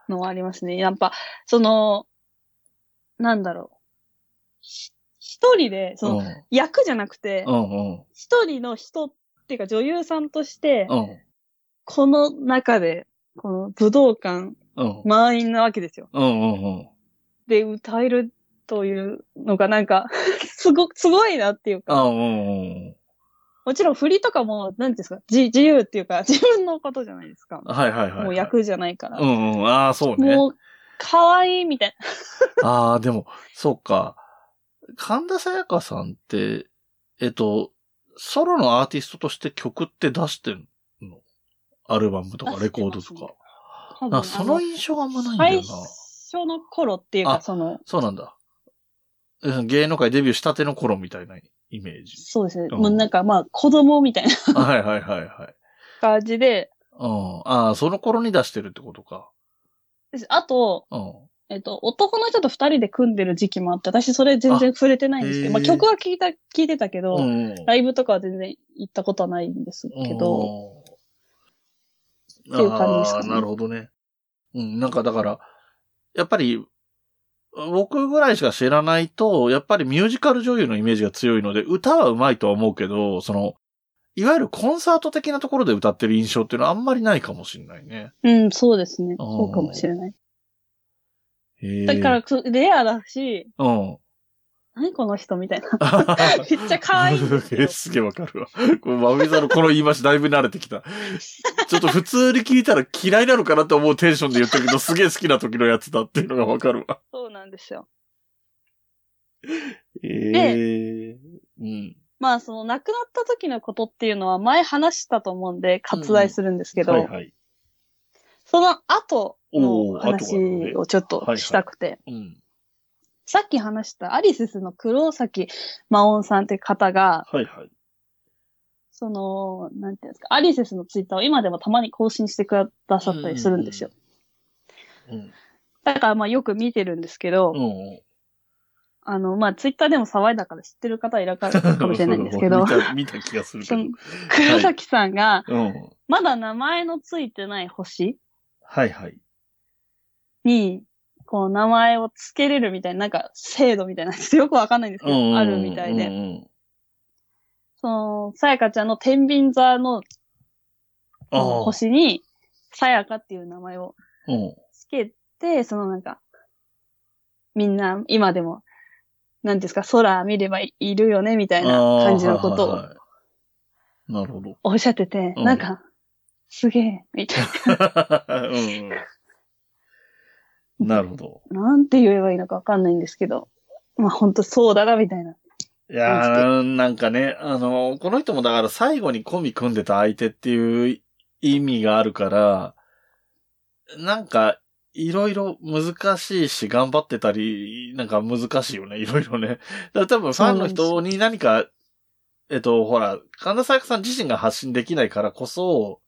Speaker 1: あ。
Speaker 2: はありますね。やっぱ、その、なんだろう。ひ一人で、その、
Speaker 1: うん。
Speaker 2: 役じゃなくて
Speaker 1: う、んうん。
Speaker 2: 一人の人っていうか女優さんとして、
Speaker 1: うん。
Speaker 2: この中で、この武道館
Speaker 1: うん。
Speaker 2: 満員なわけですよ。
Speaker 1: うんうんうん。
Speaker 2: で、歌えるというのがなんか、 すご、すごいなっていうか、
Speaker 1: あうんうん
Speaker 2: もちろん振りとかも、なんていうんですか、じ自由っていうか、自分のことじゃないですか。
Speaker 1: うん。はいはいはいはい。
Speaker 2: もう役じゃないから。
Speaker 1: うんうん。ああ、そうね。
Speaker 2: もう、可愛いみたいな。
Speaker 1: ああ、でも、そうか。神田沙也加さんって、えっと、ソロのアーティストとして曲って出してんのアルバムとかレコードと
Speaker 2: 出して
Speaker 1: か。
Speaker 2: 多分
Speaker 1: あ、その印象があんまないんだよ
Speaker 2: 最
Speaker 1: な。
Speaker 2: 初の頃っていう
Speaker 1: あ
Speaker 2: か、その、
Speaker 1: そうなんだ。うん芸能界デビューしたての頃みたいなイメージ。
Speaker 2: そうですね。
Speaker 1: うん
Speaker 2: もうなんかまあ、子供みたいな
Speaker 1: はいはいはいはい。
Speaker 2: 感じで、
Speaker 1: うん。ああ、その頃に出してるってことか。
Speaker 2: ですあと、
Speaker 1: うん。
Speaker 2: えっと、男の人と二人で組んでる時期もあって、私それ全然触れてないんですけど、ま
Speaker 1: あへ
Speaker 2: あ
Speaker 1: ー
Speaker 2: 曲は聞いた、聞いてたけど、
Speaker 1: うん
Speaker 2: ライブとかは全然行ったことはないんですけど、
Speaker 1: うん、
Speaker 2: っていう感じですかね
Speaker 1: あーなるほどね。うん、なんかだから、やっぱり、僕ぐらいしか知らないと、やっぱりミュージカル女優のイメージが強いので、歌は上手いとは思うけど、その、いわゆるコンサート的なところで歌ってる印象っていうのはあんまりないかもしれないね。
Speaker 2: うん、そうですね。
Speaker 1: あー
Speaker 2: そうかもしれない。
Speaker 1: へー
Speaker 2: だから、そレアだし、
Speaker 1: うん。
Speaker 2: 何この人みたいな。 めっちゃ可愛いんですよ
Speaker 1: すげえわかるわ。これ、まみざのこの言い回しだいぶ慣れてきた。ちょっと普通に聞いたら嫌いなのかなって思うテンションで言ってるけど、すげえ好きな時のやつだっていうのがわかるわ。
Speaker 2: そうなんですよ。
Speaker 1: ええうん。
Speaker 2: まあ、その亡くなった時のことっていうのは前話したと思うんで割愛するんですけど、
Speaker 1: はいはい。
Speaker 2: その後
Speaker 1: おー
Speaker 2: の
Speaker 1: 後がね
Speaker 2: 話をちょっとしたくて、
Speaker 1: うん。
Speaker 2: さっき話したアリセスの黒崎真音さんって方が、
Speaker 1: はいはい。
Speaker 2: その、なんていうんですか、アリセスのツイッターを今でもたまに更新してくださったりするんですよ。
Speaker 1: うん。
Speaker 2: だからまあよく見てるんですけど、
Speaker 1: うん。
Speaker 2: あの、まあツイッターでも騒いだから知ってる方いらっしゃるかもしれないんです けど
Speaker 1: 見、た、見た気がするけ
Speaker 2: そ
Speaker 1: ど
Speaker 2: の。黒崎さんが、
Speaker 1: うん。
Speaker 2: まだ名前のついてない星
Speaker 1: はいはい。
Speaker 2: に、こう名前を付けれるみたいな、なんか制度みたいな、ちょっとよくわかんないんですけど、あるみたいで
Speaker 1: うん。うん。
Speaker 2: その、さやかちゃんの天秤座の
Speaker 1: ああ。
Speaker 2: 星に、さやかっていう名前を
Speaker 1: うん。
Speaker 2: つけて、そのなんか、みんな今でも、なんていうんですか、空見ればいるよね、みたいな感じのこと
Speaker 1: あー
Speaker 2: を
Speaker 1: はいはいはいなるほど。
Speaker 2: おっしゃってて、
Speaker 1: うん
Speaker 2: なんか、すげえ、みたい
Speaker 1: うんうんなるほど。
Speaker 2: な。 なんて言えばいいのかわかんないんですけど、まあ本当そうだな、みたいな。
Speaker 1: いやー、なんかね、あの、この人もだから最後にコミ組んでた相手っていう意味があるから、なんか、いろいろ難しいし、頑張ってたり、なんか難しいよね、いろいろね。だから多分ファンの人に何か、えっと、ほら、神田沙也加さん自身が発信できないからこそ、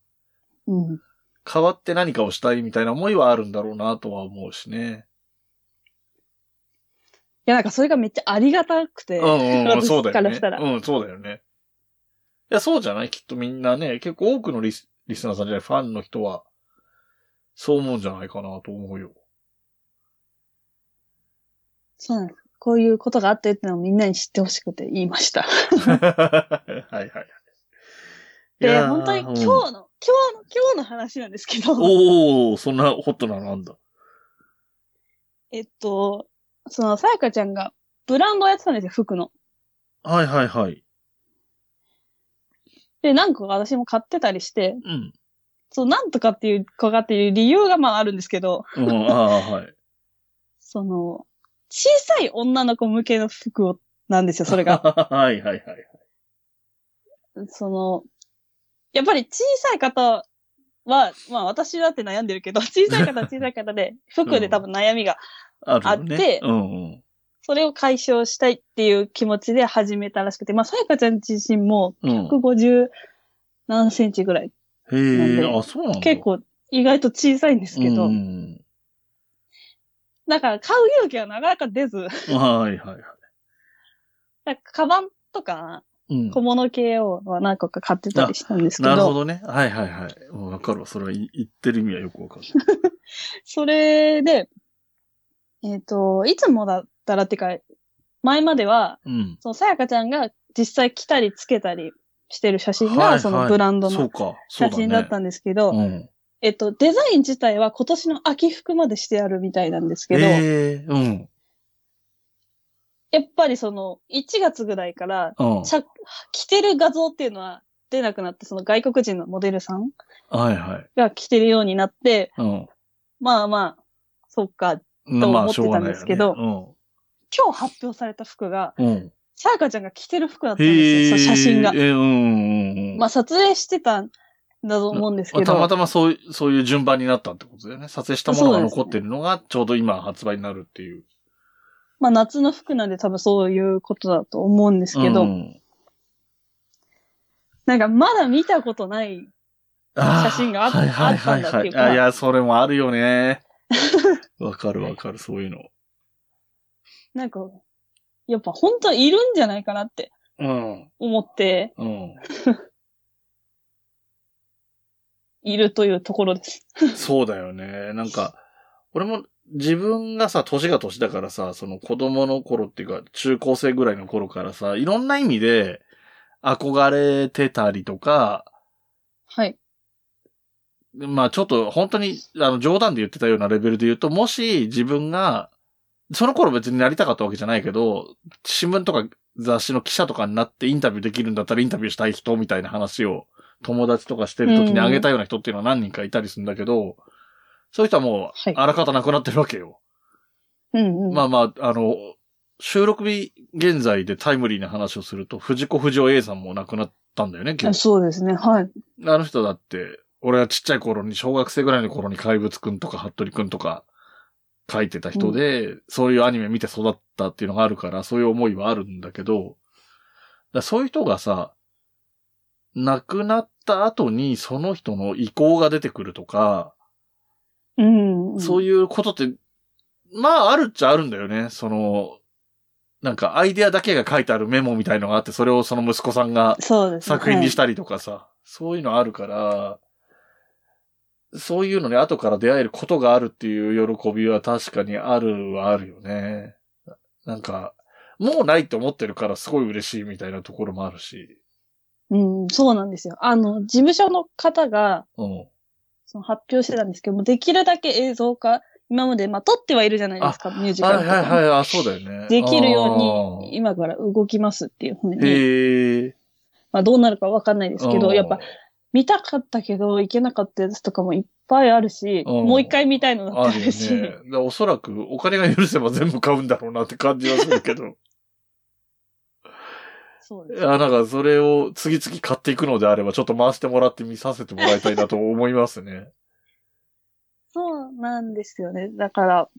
Speaker 2: うん。
Speaker 1: 変わって何かをしたいみたいな思いはあるんだろうなとは思うしね。
Speaker 2: いや、なんかそれがめっちゃありがたくて、
Speaker 1: うんうんうん、
Speaker 2: 私
Speaker 1: そうだよ
Speaker 2: から
Speaker 1: ね
Speaker 2: したら。
Speaker 1: うん、そうだよね。いや、そうじゃないきっとみんなね、結構多くのリスリスナーさんじゃない、ファンの人は、そう思うんじゃないかなと思う よ。
Speaker 2: そうなんです。こういうことがあってってのをみんなに知ってほしくて言いました。
Speaker 1: はいはいはい。い
Speaker 2: で、
Speaker 1: やー
Speaker 2: 本当に今日の、
Speaker 1: うん
Speaker 2: 今日の、今日の話なんですけど、
Speaker 1: おー、そんなホットなのなんだ。
Speaker 2: えっと、その、さやかちゃんがブランドをやってたんですよ、服の。
Speaker 1: はいはいはい。
Speaker 2: で、何個か私も買ってたりして、
Speaker 1: うん。
Speaker 2: そう、なんとかっていう子がっていう理由がまああるんですけど、
Speaker 1: うん、ああー、はい。
Speaker 2: その、小さい女の子向けの服を、なんですよ、 それ が。
Speaker 1: はいはいはい。
Speaker 2: その、やっぱり小さい方は、まあ私だって悩んでるけど、小さい方は小さい方 で、服で多分悩みが、
Speaker 1: あるよ
Speaker 2: あ
Speaker 1: ね。
Speaker 2: って
Speaker 1: うんうん。
Speaker 2: それを解消したいっていう気持ちで始めたらしくて、まあ、さやかちゃん自身も
Speaker 1: うん、
Speaker 2: 150何センチぐらい。なん
Speaker 1: へえ、
Speaker 2: で
Speaker 1: あ、そうなんだ。
Speaker 2: 結構意外と小さいんですけど、
Speaker 1: うんうん
Speaker 2: だから買う勇気はなかなか出ず、だか
Speaker 1: うん。はいはいはい。
Speaker 2: らカバンとか
Speaker 1: うん。
Speaker 2: 小物系をは何個か買ってたりしたんですけ
Speaker 1: な
Speaker 2: ど、
Speaker 1: るほどね。はいはいはい。うんわかるわ。それは言言ってる意味はよくわかる。
Speaker 2: それで、えっ、と、いつもだったらっていうか、前までは、
Speaker 1: うん。
Speaker 2: そのさやかちゃんが実際着たりつけたりしてる写真
Speaker 1: はいは
Speaker 2: が、
Speaker 1: い
Speaker 2: そのブランド
Speaker 1: そう
Speaker 2: の
Speaker 1: か。そ
Speaker 2: 写
Speaker 1: うだね。
Speaker 2: 真だったんですけど、
Speaker 1: うん。
Speaker 2: えっと、デザイン自体は今年の秋服までしてあるみたいなんですけど、
Speaker 1: ええうん。
Speaker 2: やっぱりその、1月ぐらいから、
Speaker 1: うん。
Speaker 2: ちゃ着てる画像っていうのは出なくなって、その外国人のモデルさん
Speaker 1: はいはい。
Speaker 2: が着てるようになって、まあまあ、そっか、
Speaker 1: うん。
Speaker 2: と思
Speaker 1: まあ、
Speaker 2: って
Speaker 1: しょうが
Speaker 2: た
Speaker 1: なんい
Speaker 2: で
Speaker 1: よ
Speaker 2: す
Speaker 1: ね
Speaker 2: けど今日発表された服が、
Speaker 1: うん。うん。
Speaker 2: さやかちゃんが着てる服だったんですよ、その写真が
Speaker 1: え。ー、うんうんうん。
Speaker 2: まあ、撮影してたんだと思うんですけ
Speaker 1: たま
Speaker 2: ど、
Speaker 1: たまそういう、そういう順番になったってことだよね。撮影したものが残ってるのが、ちょうど今発売になるっていう。
Speaker 2: まあ、夏の服なんで多分そういうことだと思うんですけど、
Speaker 1: うん
Speaker 2: なんかまだ見たことない。
Speaker 1: あー
Speaker 2: 写真があっ
Speaker 1: はいはいはい
Speaker 2: あったんだって
Speaker 1: はいい。
Speaker 2: うか
Speaker 1: あいや、それもある よね。わかるわかる、そういうの。
Speaker 2: なんか、やっぱ本当はいるんじゃないかなって
Speaker 1: うん。
Speaker 2: 思って
Speaker 1: うん。
Speaker 2: いるというところです。
Speaker 1: そうだよね。なんか、俺も自分がさ、年が年だからさ、その子供の頃っていうか、中高生ぐらいの頃からさ、いろんな意味で憧れてたりとか、
Speaker 2: はい。
Speaker 1: まあちょっと本当に、あの、冗談で言ってたようなレベルで言うと、もし自分が、その頃別になりたかったわけじゃないけど、新聞とか雑誌の記者とかになってインタビューできるんだったらインタビューしたい人みたいな話を友達とかしてる時にあげたような人っていうのは何人かいたりするんだけど、そういう人はも
Speaker 2: は
Speaker 1: う
Speaker 2: い、
Speaker 1: あらかたなくなってるわけよ。
Speaker 2: うんうん。
Speaker 1: まあまあ、あの、収録日現在でタイムリーな話をすると、藤子不二雄 A さんも亡くなったんだよね、今日。
Speaker 2: そうですね。はい。
Speaker 1: あの人だって、俺がちっちゃい頃に、小学生ぐらいの頃に怪物くんとか、服部くんとか、書いてた人で、そういうアニメ見て育ったっていうのがあるから、そういう思いはあるんだけど、だからそういう人がさ、亡くなった後にその人の意向が出てくるとか、
Speaker 2: うん、うん。
Speaker 1: そういうことって、まああるっちゃあるんだよね。その、なんかアイデアだけが書いてあるメモみたいのがあって、それをその息子さんが
Speaker 2: そうですね
Speaker 1: 作品にしたりとかさ、そういうのあるから、そういうのに後から出会えることがあるっていう喜びは確かにあるはあるよね。ななんか、もうないって思ってるからすごい嬉しいみたいなところもあるし。
Speaker 2: うん、そうなんですよ。あの、事務所の方が
Speaker 1: うん。
Speaker 2: その発表してたんですけども、できるだけ映像化、今まで、まあ、撮ってはいるじゃないですか、ミュージカル
Speaker 1: は
Speaker 2: と
Speaker 1: い
Speaker 2: か。
Speaker 1: はいはい、あ、そうだよね。
Speaker 2: できるように、今から動きますっていうふう
Speaker 1: あー。
Speaker 2: に、
Speaker 1: へえ。
Speaker 2: まあ、どうなるかわかんないですけ
Speaker 1: う
Speaker 2: ど、
Speaker 1: ん
Speaker 2: やっぱ、、見たかったけど、いけなかったやつとかもいっぱいあるし、
Speaker 1: うん
Speaker 2: もう一回見たいのだ
Speaker 1: あ
Speaker 2: ってあ
Speaker 1: るよ
Speaker 2: るし、
Speaker 1: ね。でおそらくお金が許せば全部買うんだろうなって感じはするけど。
Speaker 2: そう
Speaker 1: い
Speaker 2: です。
Speaker 1: や、なんかそれを次々買っていくのであれば、ちょっと回してもらって見させてもらいたいなと思いますね。
Speaker 2: そうなんですよね。だから、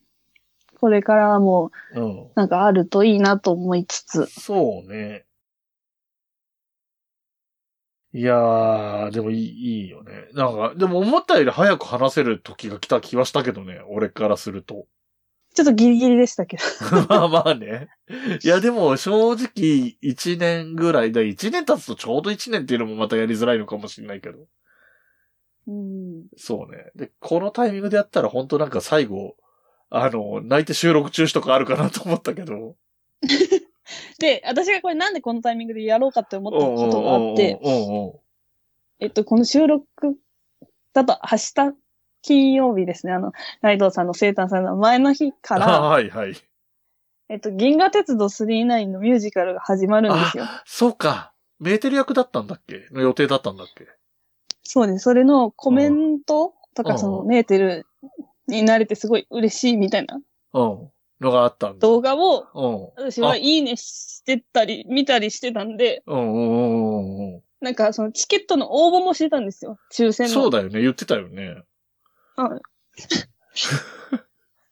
Speaker 2: これからはもう、
Speaker 1: うん。
Speaker 2: なんかあるといいなと思いつつ、
Speaker 1: そうね。いやー、でもいい、いいよね。なんか、でも思ったより早く話せる時が来た気はしたけどね、俺からすると。
Speaker 2: ちょっとギリギリでしたけど。
Speaker 1: まあまあね。いや、でも正直、1年ぐらいで、1年経つとちょうど1年っていうのもまたやりづらいのかもしれないけど。
Speaker 2: うん、
Speaker 1: そうね。で、このタイミングでやったら本当なんか最後、あの、泣いて収録中止とかあるかなと思ったけど。
Speaker 2: で、私がこれなんでこのタイミングでやろうかって思ったことがあって、
Speaker 1: うんうんうんうん
Speaker 2: えっと、この収録だと明日金曜日ですね、あの、ライドウさんの生誕さんの前の日か
Speaker 1: あ
Speaker 2: ら、
Speaker 1: はいはい。
Speaker 2: えっと、銀河鉄道39のミュージカルが始まるんですよ。
Speaker 1: そうか。メーテル役だったんだっけの予定だったんだっけ
Speaker 2: そうね、それのコメントと
Speaker 1: う
Speaker 2: か、
Speaker 1: ん
Speaker 2: その、メーテルになれてすごい嬉しいみたいな
Speaker 1: うん。のがあったんだ。
Speaker 2: 動画を、
Speaker 1: うん。
Speaker 2: 私はいいねしてたり、見たりしてたんで、
Speaker 1: うんうんうんうんうん。
Speaker 2: なんかそのチケットの応募もしてたんですよ、抽選の。
Speaker 1: そうだよね。言ってたよね。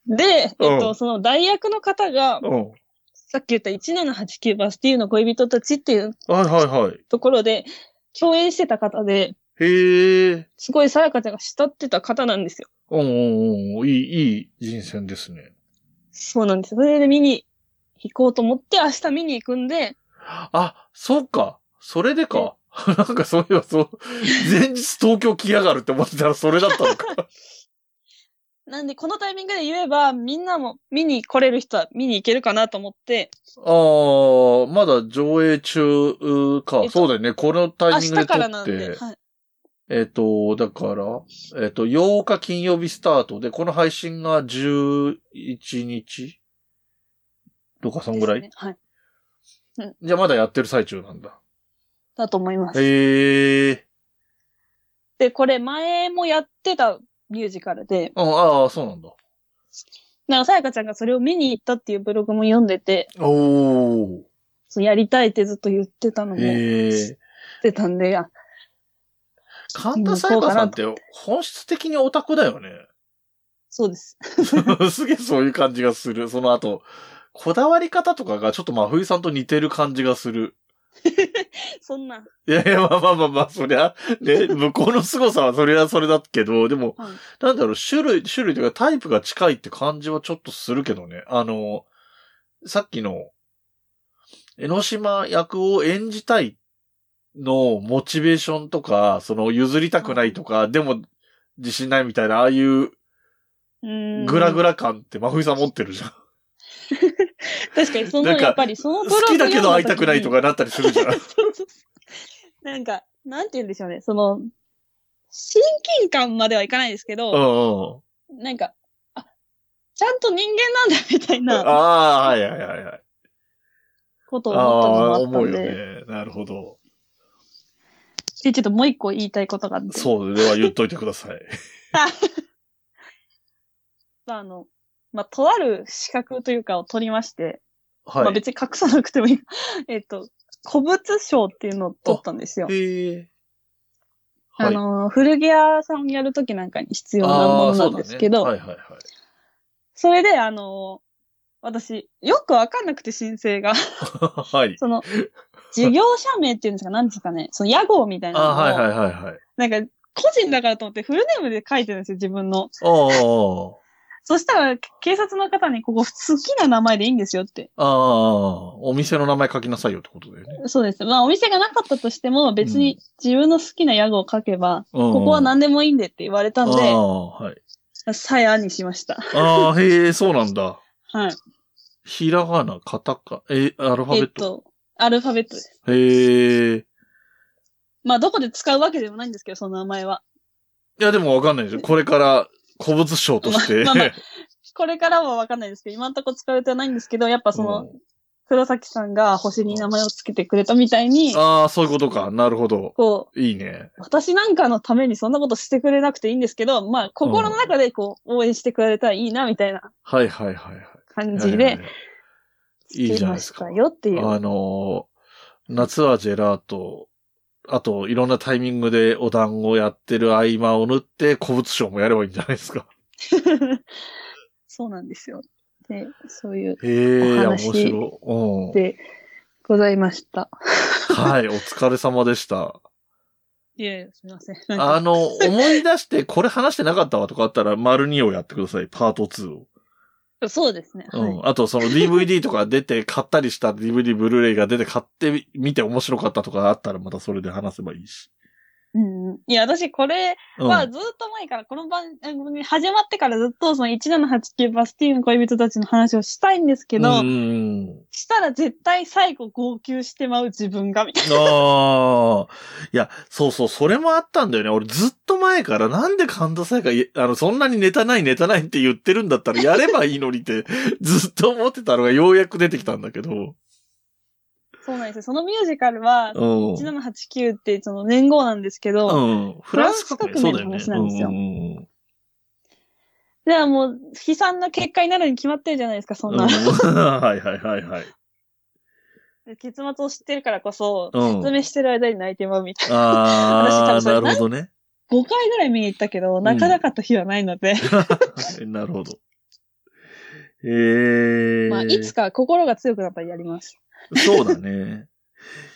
Speaker 2: で、えっと、
Speaker 1: うん
Speaker 2: その代役の方が、
Speaker 1: うん。
Speaker 2: さっき言った1789バスティーユの恋人たちっていう
Speaker 1: はいはいはい。
Speaker 2: ところで、共演してた方で、
Speaker 1: へえ。
Speaker 2: すごいさやかちゃんが慕ってた方なんですよ。
Speaker 1: うんうんうん。いい、いい人選ですね。
Speaker 2: そうなんですよ。それで見に行こうと思って、明日見に行くんで、
Speaker 1: あ、そうか。それでか。 なんかそういえばそう、前日東京来やがるって思ってたらそれだった のか。
Speaker 2: なんで、このタイミングで言えば、みんなも見に来れる人は見に行けるかなと思って、
Speaker 1: あー、まだ上映中か
Speaker 2: え。っと
Speaker 1: そうだよね。この
Speaker 2: 明
Speaker 1: タイミン
Speaker 2: 日
Speaker 1: グで撮
Speaker 2: からな
Speaker 1: っ
Speaker 2: ん
Speaker 1: て
Speaker 2: で、。はい、
Speaker 1: えっと、だから、えっと、8日金曜日スタートで、この配信が11日とか、そんぐらい、
Speaker 2: ですねはい。
Speaker 1: じゃあまだやってる最中なんだ。
Speaker 2: だと思います。
Speaker 1: へえ。
Speaker 2: で、これ前もやってたミュージカルで、
Speaker 1: うん、ああ、そうなんだ。
Speaker 2: なんかさやかちゃんがそれを見に行ったっていうブログも読んでて、
Speaker 1: おー。
Speaker 2: そうやりたいってずっと言ってたのも、言っ
Speaker 1: ええ
Speaker 2: てたんで、あ
Speaker 1: 神田沙也加さんって本質的にオタクだよね。
Speaker 2: そうです。
Speaker 1: すげえそういう感じがする。その後、こだわり方とかがちょっと真冬さんと似てる感じがする。
Speaker 2: そんな、
Speaker 1: いやいや、まあまあまあまあ、そりゃ、 ね、向こうの凄さはそれはそれだけど、でも、
Speaker 2: はい
Speaker 1: なんだろう、種類、種類というかタイプが近いって感じはちょっとするけどね。あの、さっきの、江ノ島役を演じたいのモチベーションとか、その譲りたくないとか、でも自信ないみたいな、ああいうグ
Speaker 2: グ
Speaker 1: ラグ
Speaker 2: ラ。
Speaker 1: ラ感って真冬さん持ってるじゃん。
Speaker 2: 確かに、その、
Speaker 1: なんか
Speaker 2: やっぱり、そのブログ
Speaker 1: 好きだけど会いたくないと
Speaker 2: か
Speaker 1: かなったりするじゃん。
Speaker 2: そうそうそう なんか、なんて言うんでしょうね。その、親近感まではいかないですけ
Speaker 1: う
Speaker 2: ど、
Speaker 1: んうん。
Speaker 2: なんか、あ、ちゃんと人間なんだみたいな
Speaker 1: ああ、はいはいはいはい。
Speaker 2: ことを思ったのも
Speaker 1: ああー、
Speaker 2: あった
Speaker 1: 思うんよ
Speaker 2: で、
Speaker 1: ね。なるほど。
Speaker 2: で、ちょっともう一個言いたいことがあって、
Speaker 1: そう、では言っといてく ださい。
Speaker 2: まああの、まあ、とある資格というかを取りまして、ま
Speaker 1: は
Speaker 2: あ
Speaker 1: い。
Speaker 2: 別に隠さなくてもいい。 えっと、古物商っていうのを取ったんですよ。
Speaker 1: へえ。
Speaker 2: あ
Speaker 1: はい、
Speaker 2: の、古着屋さんやるときなんかに必要なものなんですけど、
Speaker 1: あーそうだね、はいはいはい。
Speaker 2: それで、あの、私、よくわかんなくて申請が、
Speaker 1: はい。
Speaker 2: その、事業者名っていうんですか、なんですかね、その屋号みたいなのを、
Speaker 1: あはいはいはいはい。
Speaker 2: なんか、個人だからと思ってフルネームで書いてるんですよ、自分の。
Speaker 1: あ
Speaker 2: そしたら、警察の方に、ここ好きな名前でいいんですよって。
Speaker 1: あ、ああ、お店の名前書きなさいよってことだよね。
Speaker 2: そうです。まあ、お店がなかったとしても、別に自分の好きな屋号を書けば、
Speaker 1: こ
Speaker 2: ここは何でもいいんでって言われたん
Speaker 1: あ
Speaker 2: で、
Speaker 1: あ、はい。
Speaker 2: さやにしました。
Speaker 1: ああ、へえ、そうなんだ。
Speaker 2: はい。
Speaker 1: ひらがな、カタカ、え、アルファ
Speaker 2: え
Speaker 1: ベ
Speaker 2: っ
Speaker 1: ット。
Speaker 2: と、アルファベットです。
Speaker 1: へえ。い
Speaker 2: まあ、どこで使うわけでもないんですけど、その名前は。
Speaker 1: や、でもわかんないですよ。これから、古物商として。
Speaker 2: まあまあこれからはわかんないですけど、今んとこ使われてはないんですけど、やっぱその、
Speaker 1: うん
Speaker 2: 黒崎さんが星に名前をつけてくれたみたいに、
Speaker 1: ああ、そういうことか。なるほど。
Speaker 2: こう、
Speaker 1: いいね。
Speaker 2: 私なんかのためにそんなことしてくれなくていいんですけど、まあ、心の中でこう、応援してくれたらいいな、みたいな
Speaker 1: はいはいはいはい。
Speaker 2: 感じで、
Speaker 1: いやいやいやいいじゃないです
Speaker 2: つ
Speaker 1: か
Speaker 2: けましたよっていう。
Speaker 1: あのー、夏はジェラート、あと、いろんなタイミングでお団子やってる合間を縫って、古物商もやればいいんじゃないです か。
Speaker 2: そうなんですよ。で、そういう、
Speaker 1: へえ、
Speaker 2: お
Speaker 1: 面
Speaker 2: 話
Speaker 1: 白い。うん。
Speaker 2: で、ございました。
Speaker 1: はい、お疲れ様でした。
Speaker 2: いやいや、すみません。なんか
Speaker 1: あの、思い出して、これ話してなかったわとかあったら、丸2をやってください、パート2を。
Speaker 2: そうですね。
Speaker 1: う
Speaker 2: はい
Speaker 1: ん。あと、その DVD とか出て、買ったりした DVD、ブルーレイが出て買ってみて面白かったとかあったら、またそれで話せばいいし。
Speaker 2: うんうんいや、私これ、
Speaker 1: うん。
Speaker 2: まあ、ずっと前から、この番組始まってからずっと、その1789バスティーン恋人たちの話をしたいんですけど、
Speaker 1: うん。
Speaker 2: したら絶対最後号泣してまう自分が、みたい
Speaker 1: ああ。いや、そうそう、それもあったんだよね。俺ずっと前からなんで神田沙也加、あの、そんなにネタないネタないって言ってるんだったらやればいいのにって ずっと思ってたのがようやく出てきたんだけど。
Speaker 2: な。そうなんですよ。そのミュージカルは、
Speaker 1: うん。
Speaker 2: 1789ってその年号なんですけど、
Speaker 1: うん。フランス革命、そうだよね。
Speaker 2: フランス革命の話なんですよ
Speaker 1: うんうんうん
Speaker 2: ではもう悲惨な結果になるに決まってるじゃないですか、そんな。
Speaker 1: うん はいはいはいはい。
Speaker 2: で結末を知ってるからこそ、
Speaker 1: うん
Speaker 2: 説明してる間に泣いてまうみたいな。
Speaker 1: あ
Speaker 2: 私多分
Speaker 1: あ、
Speaker 2: そ
Speaker 1: な
Speaker 2: れ
Speaker 1: るほどね。
Speaker 2: 5回ぐらい見に行ったけど、泣かなかった日はないので、
Speaker 1: なるほど。ええ
Speaker 2: まあ、いつか心が強くなったらやります。
Speaker 1: そうだね。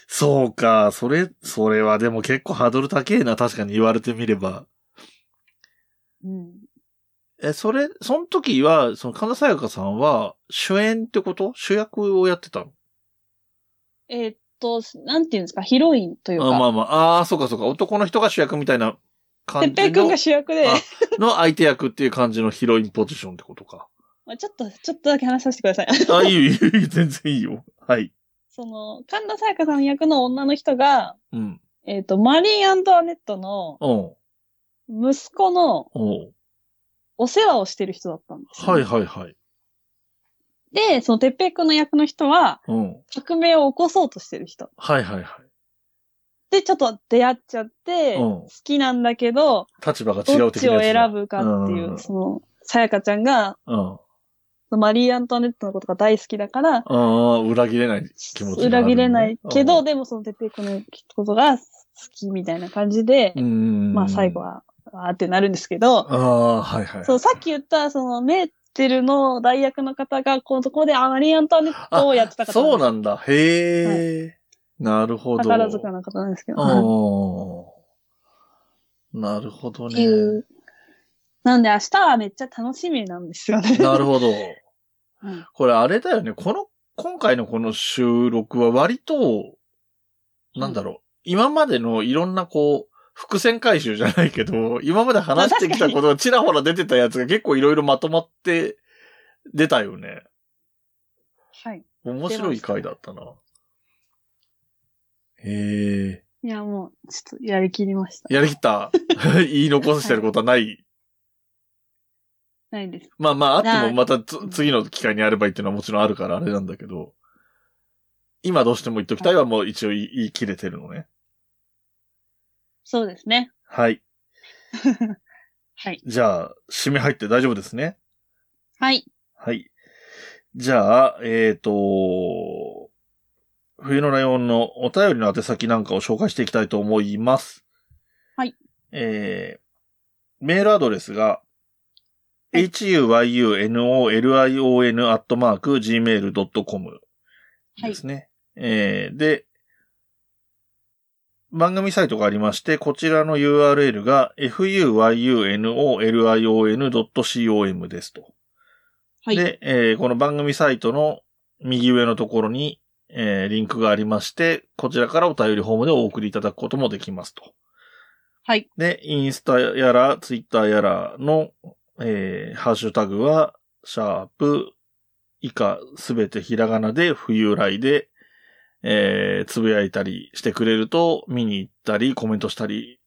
Speaker 1: そうか。それ、それはでも結構ハードル高えな。確かに言われてみれば。
Speaker 2: うん。
Speaker 1: え、それ、その時は、その神田沙也加さんは主演ってこと主役をやってたの
Speaker 2: えーっと、なんていうんですか、ヒロインというか、
Speaker 1: あまあまあ、ああ、そうかそうか。男の人が主役みたいな
Speaker 2: てっ
Speaker 1: 感
Speaker 2: ぺ
Speaker 1: じ
Speaker 2: いくん
Speaker 1: の
Speaker 2: が主役で、
Speaker 1: あの相手役っていう感じのヒロインポジションってことか。
Speaker 2: まあ、ちょっと、ちょっとだけ話させてください。
Speaker 1: あ、いいよ、いいよいいよ、全然いいよ。はい。
Speaker 2: その、神田沙也加さん役の女の人が、
Speaker 1: うん。
Speaker 2: えーっと、マリー・アントワネットの
Speaker 1: おう
Speaker 2: 息子の
Speaker 1: おう
Speaker 2: お世話をしてる人だったんですよ
Speaker 1: はいはいはい。
Speaker 2: で、その、てっぺいくんの役の人は、
Speaker 1: うん。
Speaker 2: 革命を起こそうとしてる人。
Speaker 1: はいはいは
Speaker 2: で、ちょっと出会っちゃって、
Speaker 1: うん
Speaker 2: 好きなんだけど、
Speaker 1: い。立場が違
Speaker 2: ど
Speaker 1: う
Speaker 2: っ
Speaker 1: 的
Speaker 2: ち
Speaker 1: な
Speaker 2: を
Speaker 1: やつだ
Speaker 2: 選ぶかっていうう、
Speaker 1: ん
Speaker 2: その、さやかちゃんが、
Speaker 1: うん。
Speaker 2: そとマリー・アントワネットのことが大好きだから、
Speaker 1: ああ、裏切れない気持ちがある、
Speaker 2: 裏切れないけ
Speaker 1: う
Speaker 2: ど、
Speaker 1: ん、
Speaker 2: でもそのてっぺいこのことが好きみたいな感じで、
Speaker 1: うん。
Speaker 2: まあ最後。は、あーってなるんですけど、
Speaker 1: ああ、はいはい。
Speaker 2: そう、さっき言った、そのメーテルの代役の方が、こうそこでマリー・アントワネットをやってた方
Speaker 1: そう
Speaker 2: なんで
Speaker 1: なんだ。へえ、なるほ
Speaker 2: す
Speaker 1: ど。
Speaker 2: 宝塚の方なんですけど。はい
Speaker 1: うん。なるほど
Speaker 2: っ
Speaker 1: ね
Speaker 2: て。いう。なんで明日はめっちゃ楽しみなんですよね。
Speaker 1: なるほど。
Speaker 2: うん
Speaker 1: これあれだよね。この、今回のこの収録は割と、なんだろう。今までのいろんなこう、伏線回収じゃないけど、今まで話してきたことがちらほら出てたやつが結構いろいろまとまって出たよね。
Speaker 2: はい。
Speaker 1: 面白い回だったな。へえ。
Speaker 2: いや、もう、ちょっとやりきりました。
Speaker 1: やりきった 言い残してることはない。
Speaker 2: ないです。
Speaker 1: まあまあ、あって
Speaker 2: な
Speaker 1: もまたつ次の機会にやればいいっていうのはもちろんあるからあれなんだけど、今どうしても言っときたいはもう一応言い言い切れてるのね。
Speaker 2: そうですね。
Speaker 1: はい。
Speaker 2: はい。
Speaker 1: じゃあ、締め入って大丈夫ですね。
Speaker 2: はい。
Speaker 1: はい。じゃあ、えっ、と、冬のライオンのお便りの宛先なんかを紹介していきたいと思います。
Speaker 2: はい。
Speaker 1: えー、メールアドレスが、huyunolion.gmail.com
Speaker 2: はい
Speaker 1: ですね。えーで、番組サイトがありまして、こちらの URL が fuyunolion.com ですと。
Speaker 2: はい。
Speaker 1: で、えーこの番組サイトの右上のところに、えーリンクがありまして、こちらからお便りフォームでお送りいただくこともできますと。
Speaker 2: はい。
Speaker 1: で、インスタやら、ツイッターやらの、えーハッシュタグは、シャープ、以下、すべてひらがなで、冬来で、えーつぶやいたりしてくれると、見に行ったり、コメントしたり、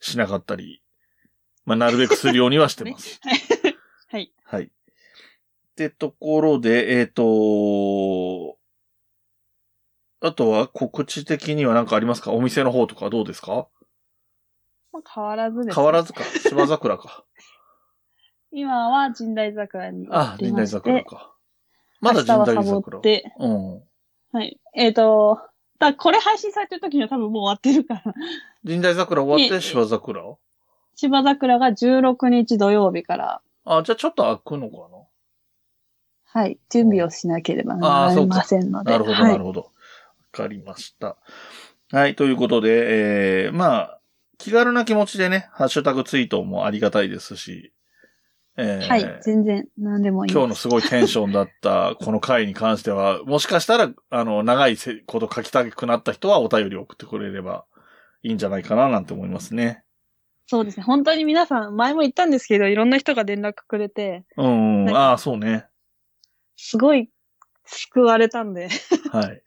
Speaker 1: しなかったり、まあ、なるべくするようにはしてます。
Speaker 2: はい。
Speaker 1: はい。ってところで、えっ、と、あとは告知的には何かありますかお店の方とかどうですか
Speaker 2: まあ、変わらずです、
Speaker 1: 変わら。ずか。芝桜 か。
Speaker 2: 今は神代桜に行
Speaker 1: あ
Speaker 2: っ、てい
Speaker 1: 神
Speaker 2: ま
Speaker 1: 代
Speaker 2: して。
Speaker 1: 桜か。まだ神
Speaker 2: 明日
Speaker 1: 代
Speaker 2: はサボ
Speaker 1: 桜
Speaker 2: っ。て。
Speaker 1: うん。
Speaker 2: はい。えっ、と、だこれ配信されてる時には多分もう終わってるから。
Speaker 1: 神代桜終わっ
Speaker 2: いえ
Speaker 1: て芝桜
Speaker 2: 芝桜が16日土曜日から、
Speaker 1: あ、じゃあちょっと開くのか
Speaker 2: はい。準備をしなければ
Speaker 1: あ
Speaker 2: な
Speaker 1: ーそ
Speaker 2: り
Speaker 1: うか
Speaker 2: ませんので。
Speaker 1: ななるほど、
Speaker 2: は
Speaker 1: ないる。ほど。わかりました。はい、ということで、えー、まあ、気軽な気持ちでね、ハッシュタグツイートもありがたいですし、えー、
Speaker 2: はい。全然何でもいいです。
Speaker 1: 今日のすごいテンションだった この回に関しては、もしかしたら、あの、長いせこと書きたくなった人はお便りを送ってくれればいいんじゃないかななんて思いますね。
Speaker 2: そうですね。本当に皆さん、前も言ったんですけど、いろんな人が連絡くれて、
Speaker 1: うんうん、
Speaker 2: はい
Speaker 1: ああ、そうね。
Speaker 2: すごい救われたん で。
Speaker 1: はい。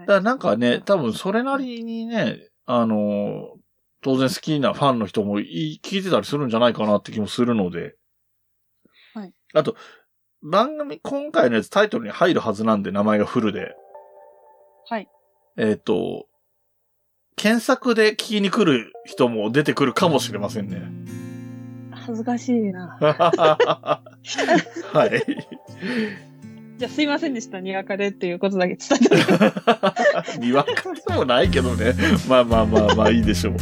Speaker 1: だからなんかね、多分それなりにね、あの、当然好きなファンの人もい聞いてたりするんじゃないかなって気もするので。
Speaker 2: はい。
Speaker 1: あと、番組、今回のやつタイトルに入るはずなんで、名前がフルで。
Speaker 2: はい。
Speaker 1: えっ、と、検索で聞きに来る人も出てくるかもしれませんね。
Speaker 2: 恥ずかしい な。
Speaker 1: はい。
Speaker 2: じゃあ、すいませんでした。にわかでっていうことだけ伝えて ください
Speaker 1: にわかでもないけどね。 まあまあまあまあいいでしょう。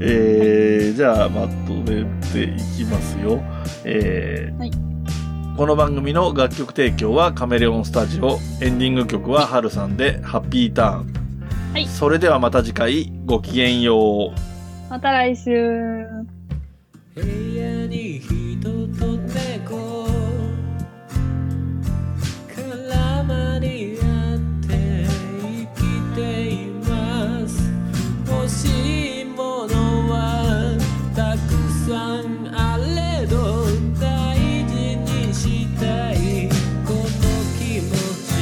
Speaker 1: えー、じゃあまとめていきますよ。えー
Speaker 2: はい
Speaker 1: この番組の楽曲提供はカメレオンスタジオ。エンディング曲はハルさんでハッピーターン。
Speaker 2: はい
Speaker 1: それではまた次回ごきげんよう。
Speaker 2: また来週。
Speaker 3: 部屋に人と猫絡まり合って生きています欲しいものはたくさんあれど大事にしたいこの気持ち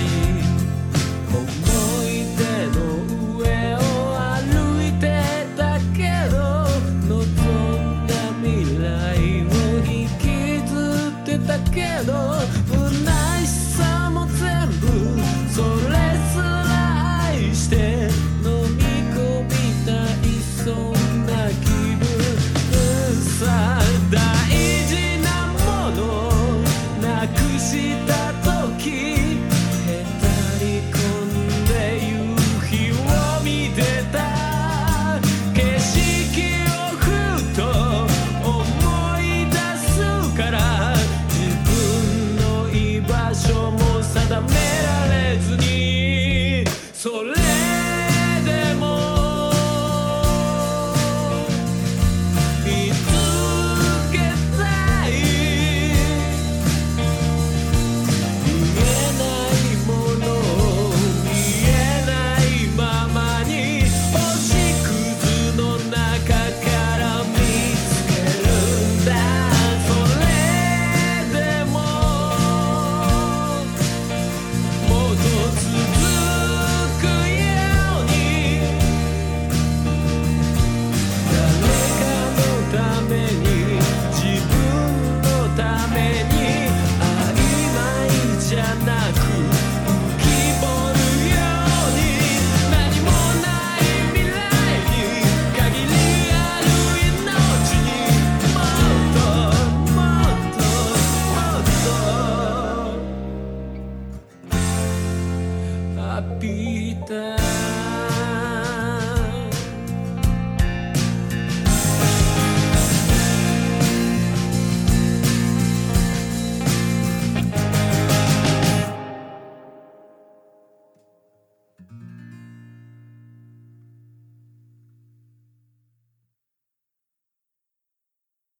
Speaker 3: 思い出の上を歩いてたけど望んだ未来を引きずってたけど不悔しさも全部それすら愛して飲み込みたいそんな気分さ大事なものなくした時へたり込んで夕日を見てた景色をふと思い出すから自分の居場所も定められずにそれでも「見つけたい」「見えないものを見えないままに」「星屑の中から見つけるんだ」「それでももっと続くように」誰かのために自分のために曖昧じゃなく浮き彫るように何もない未来に限りある命にもっともっともっと浴びたい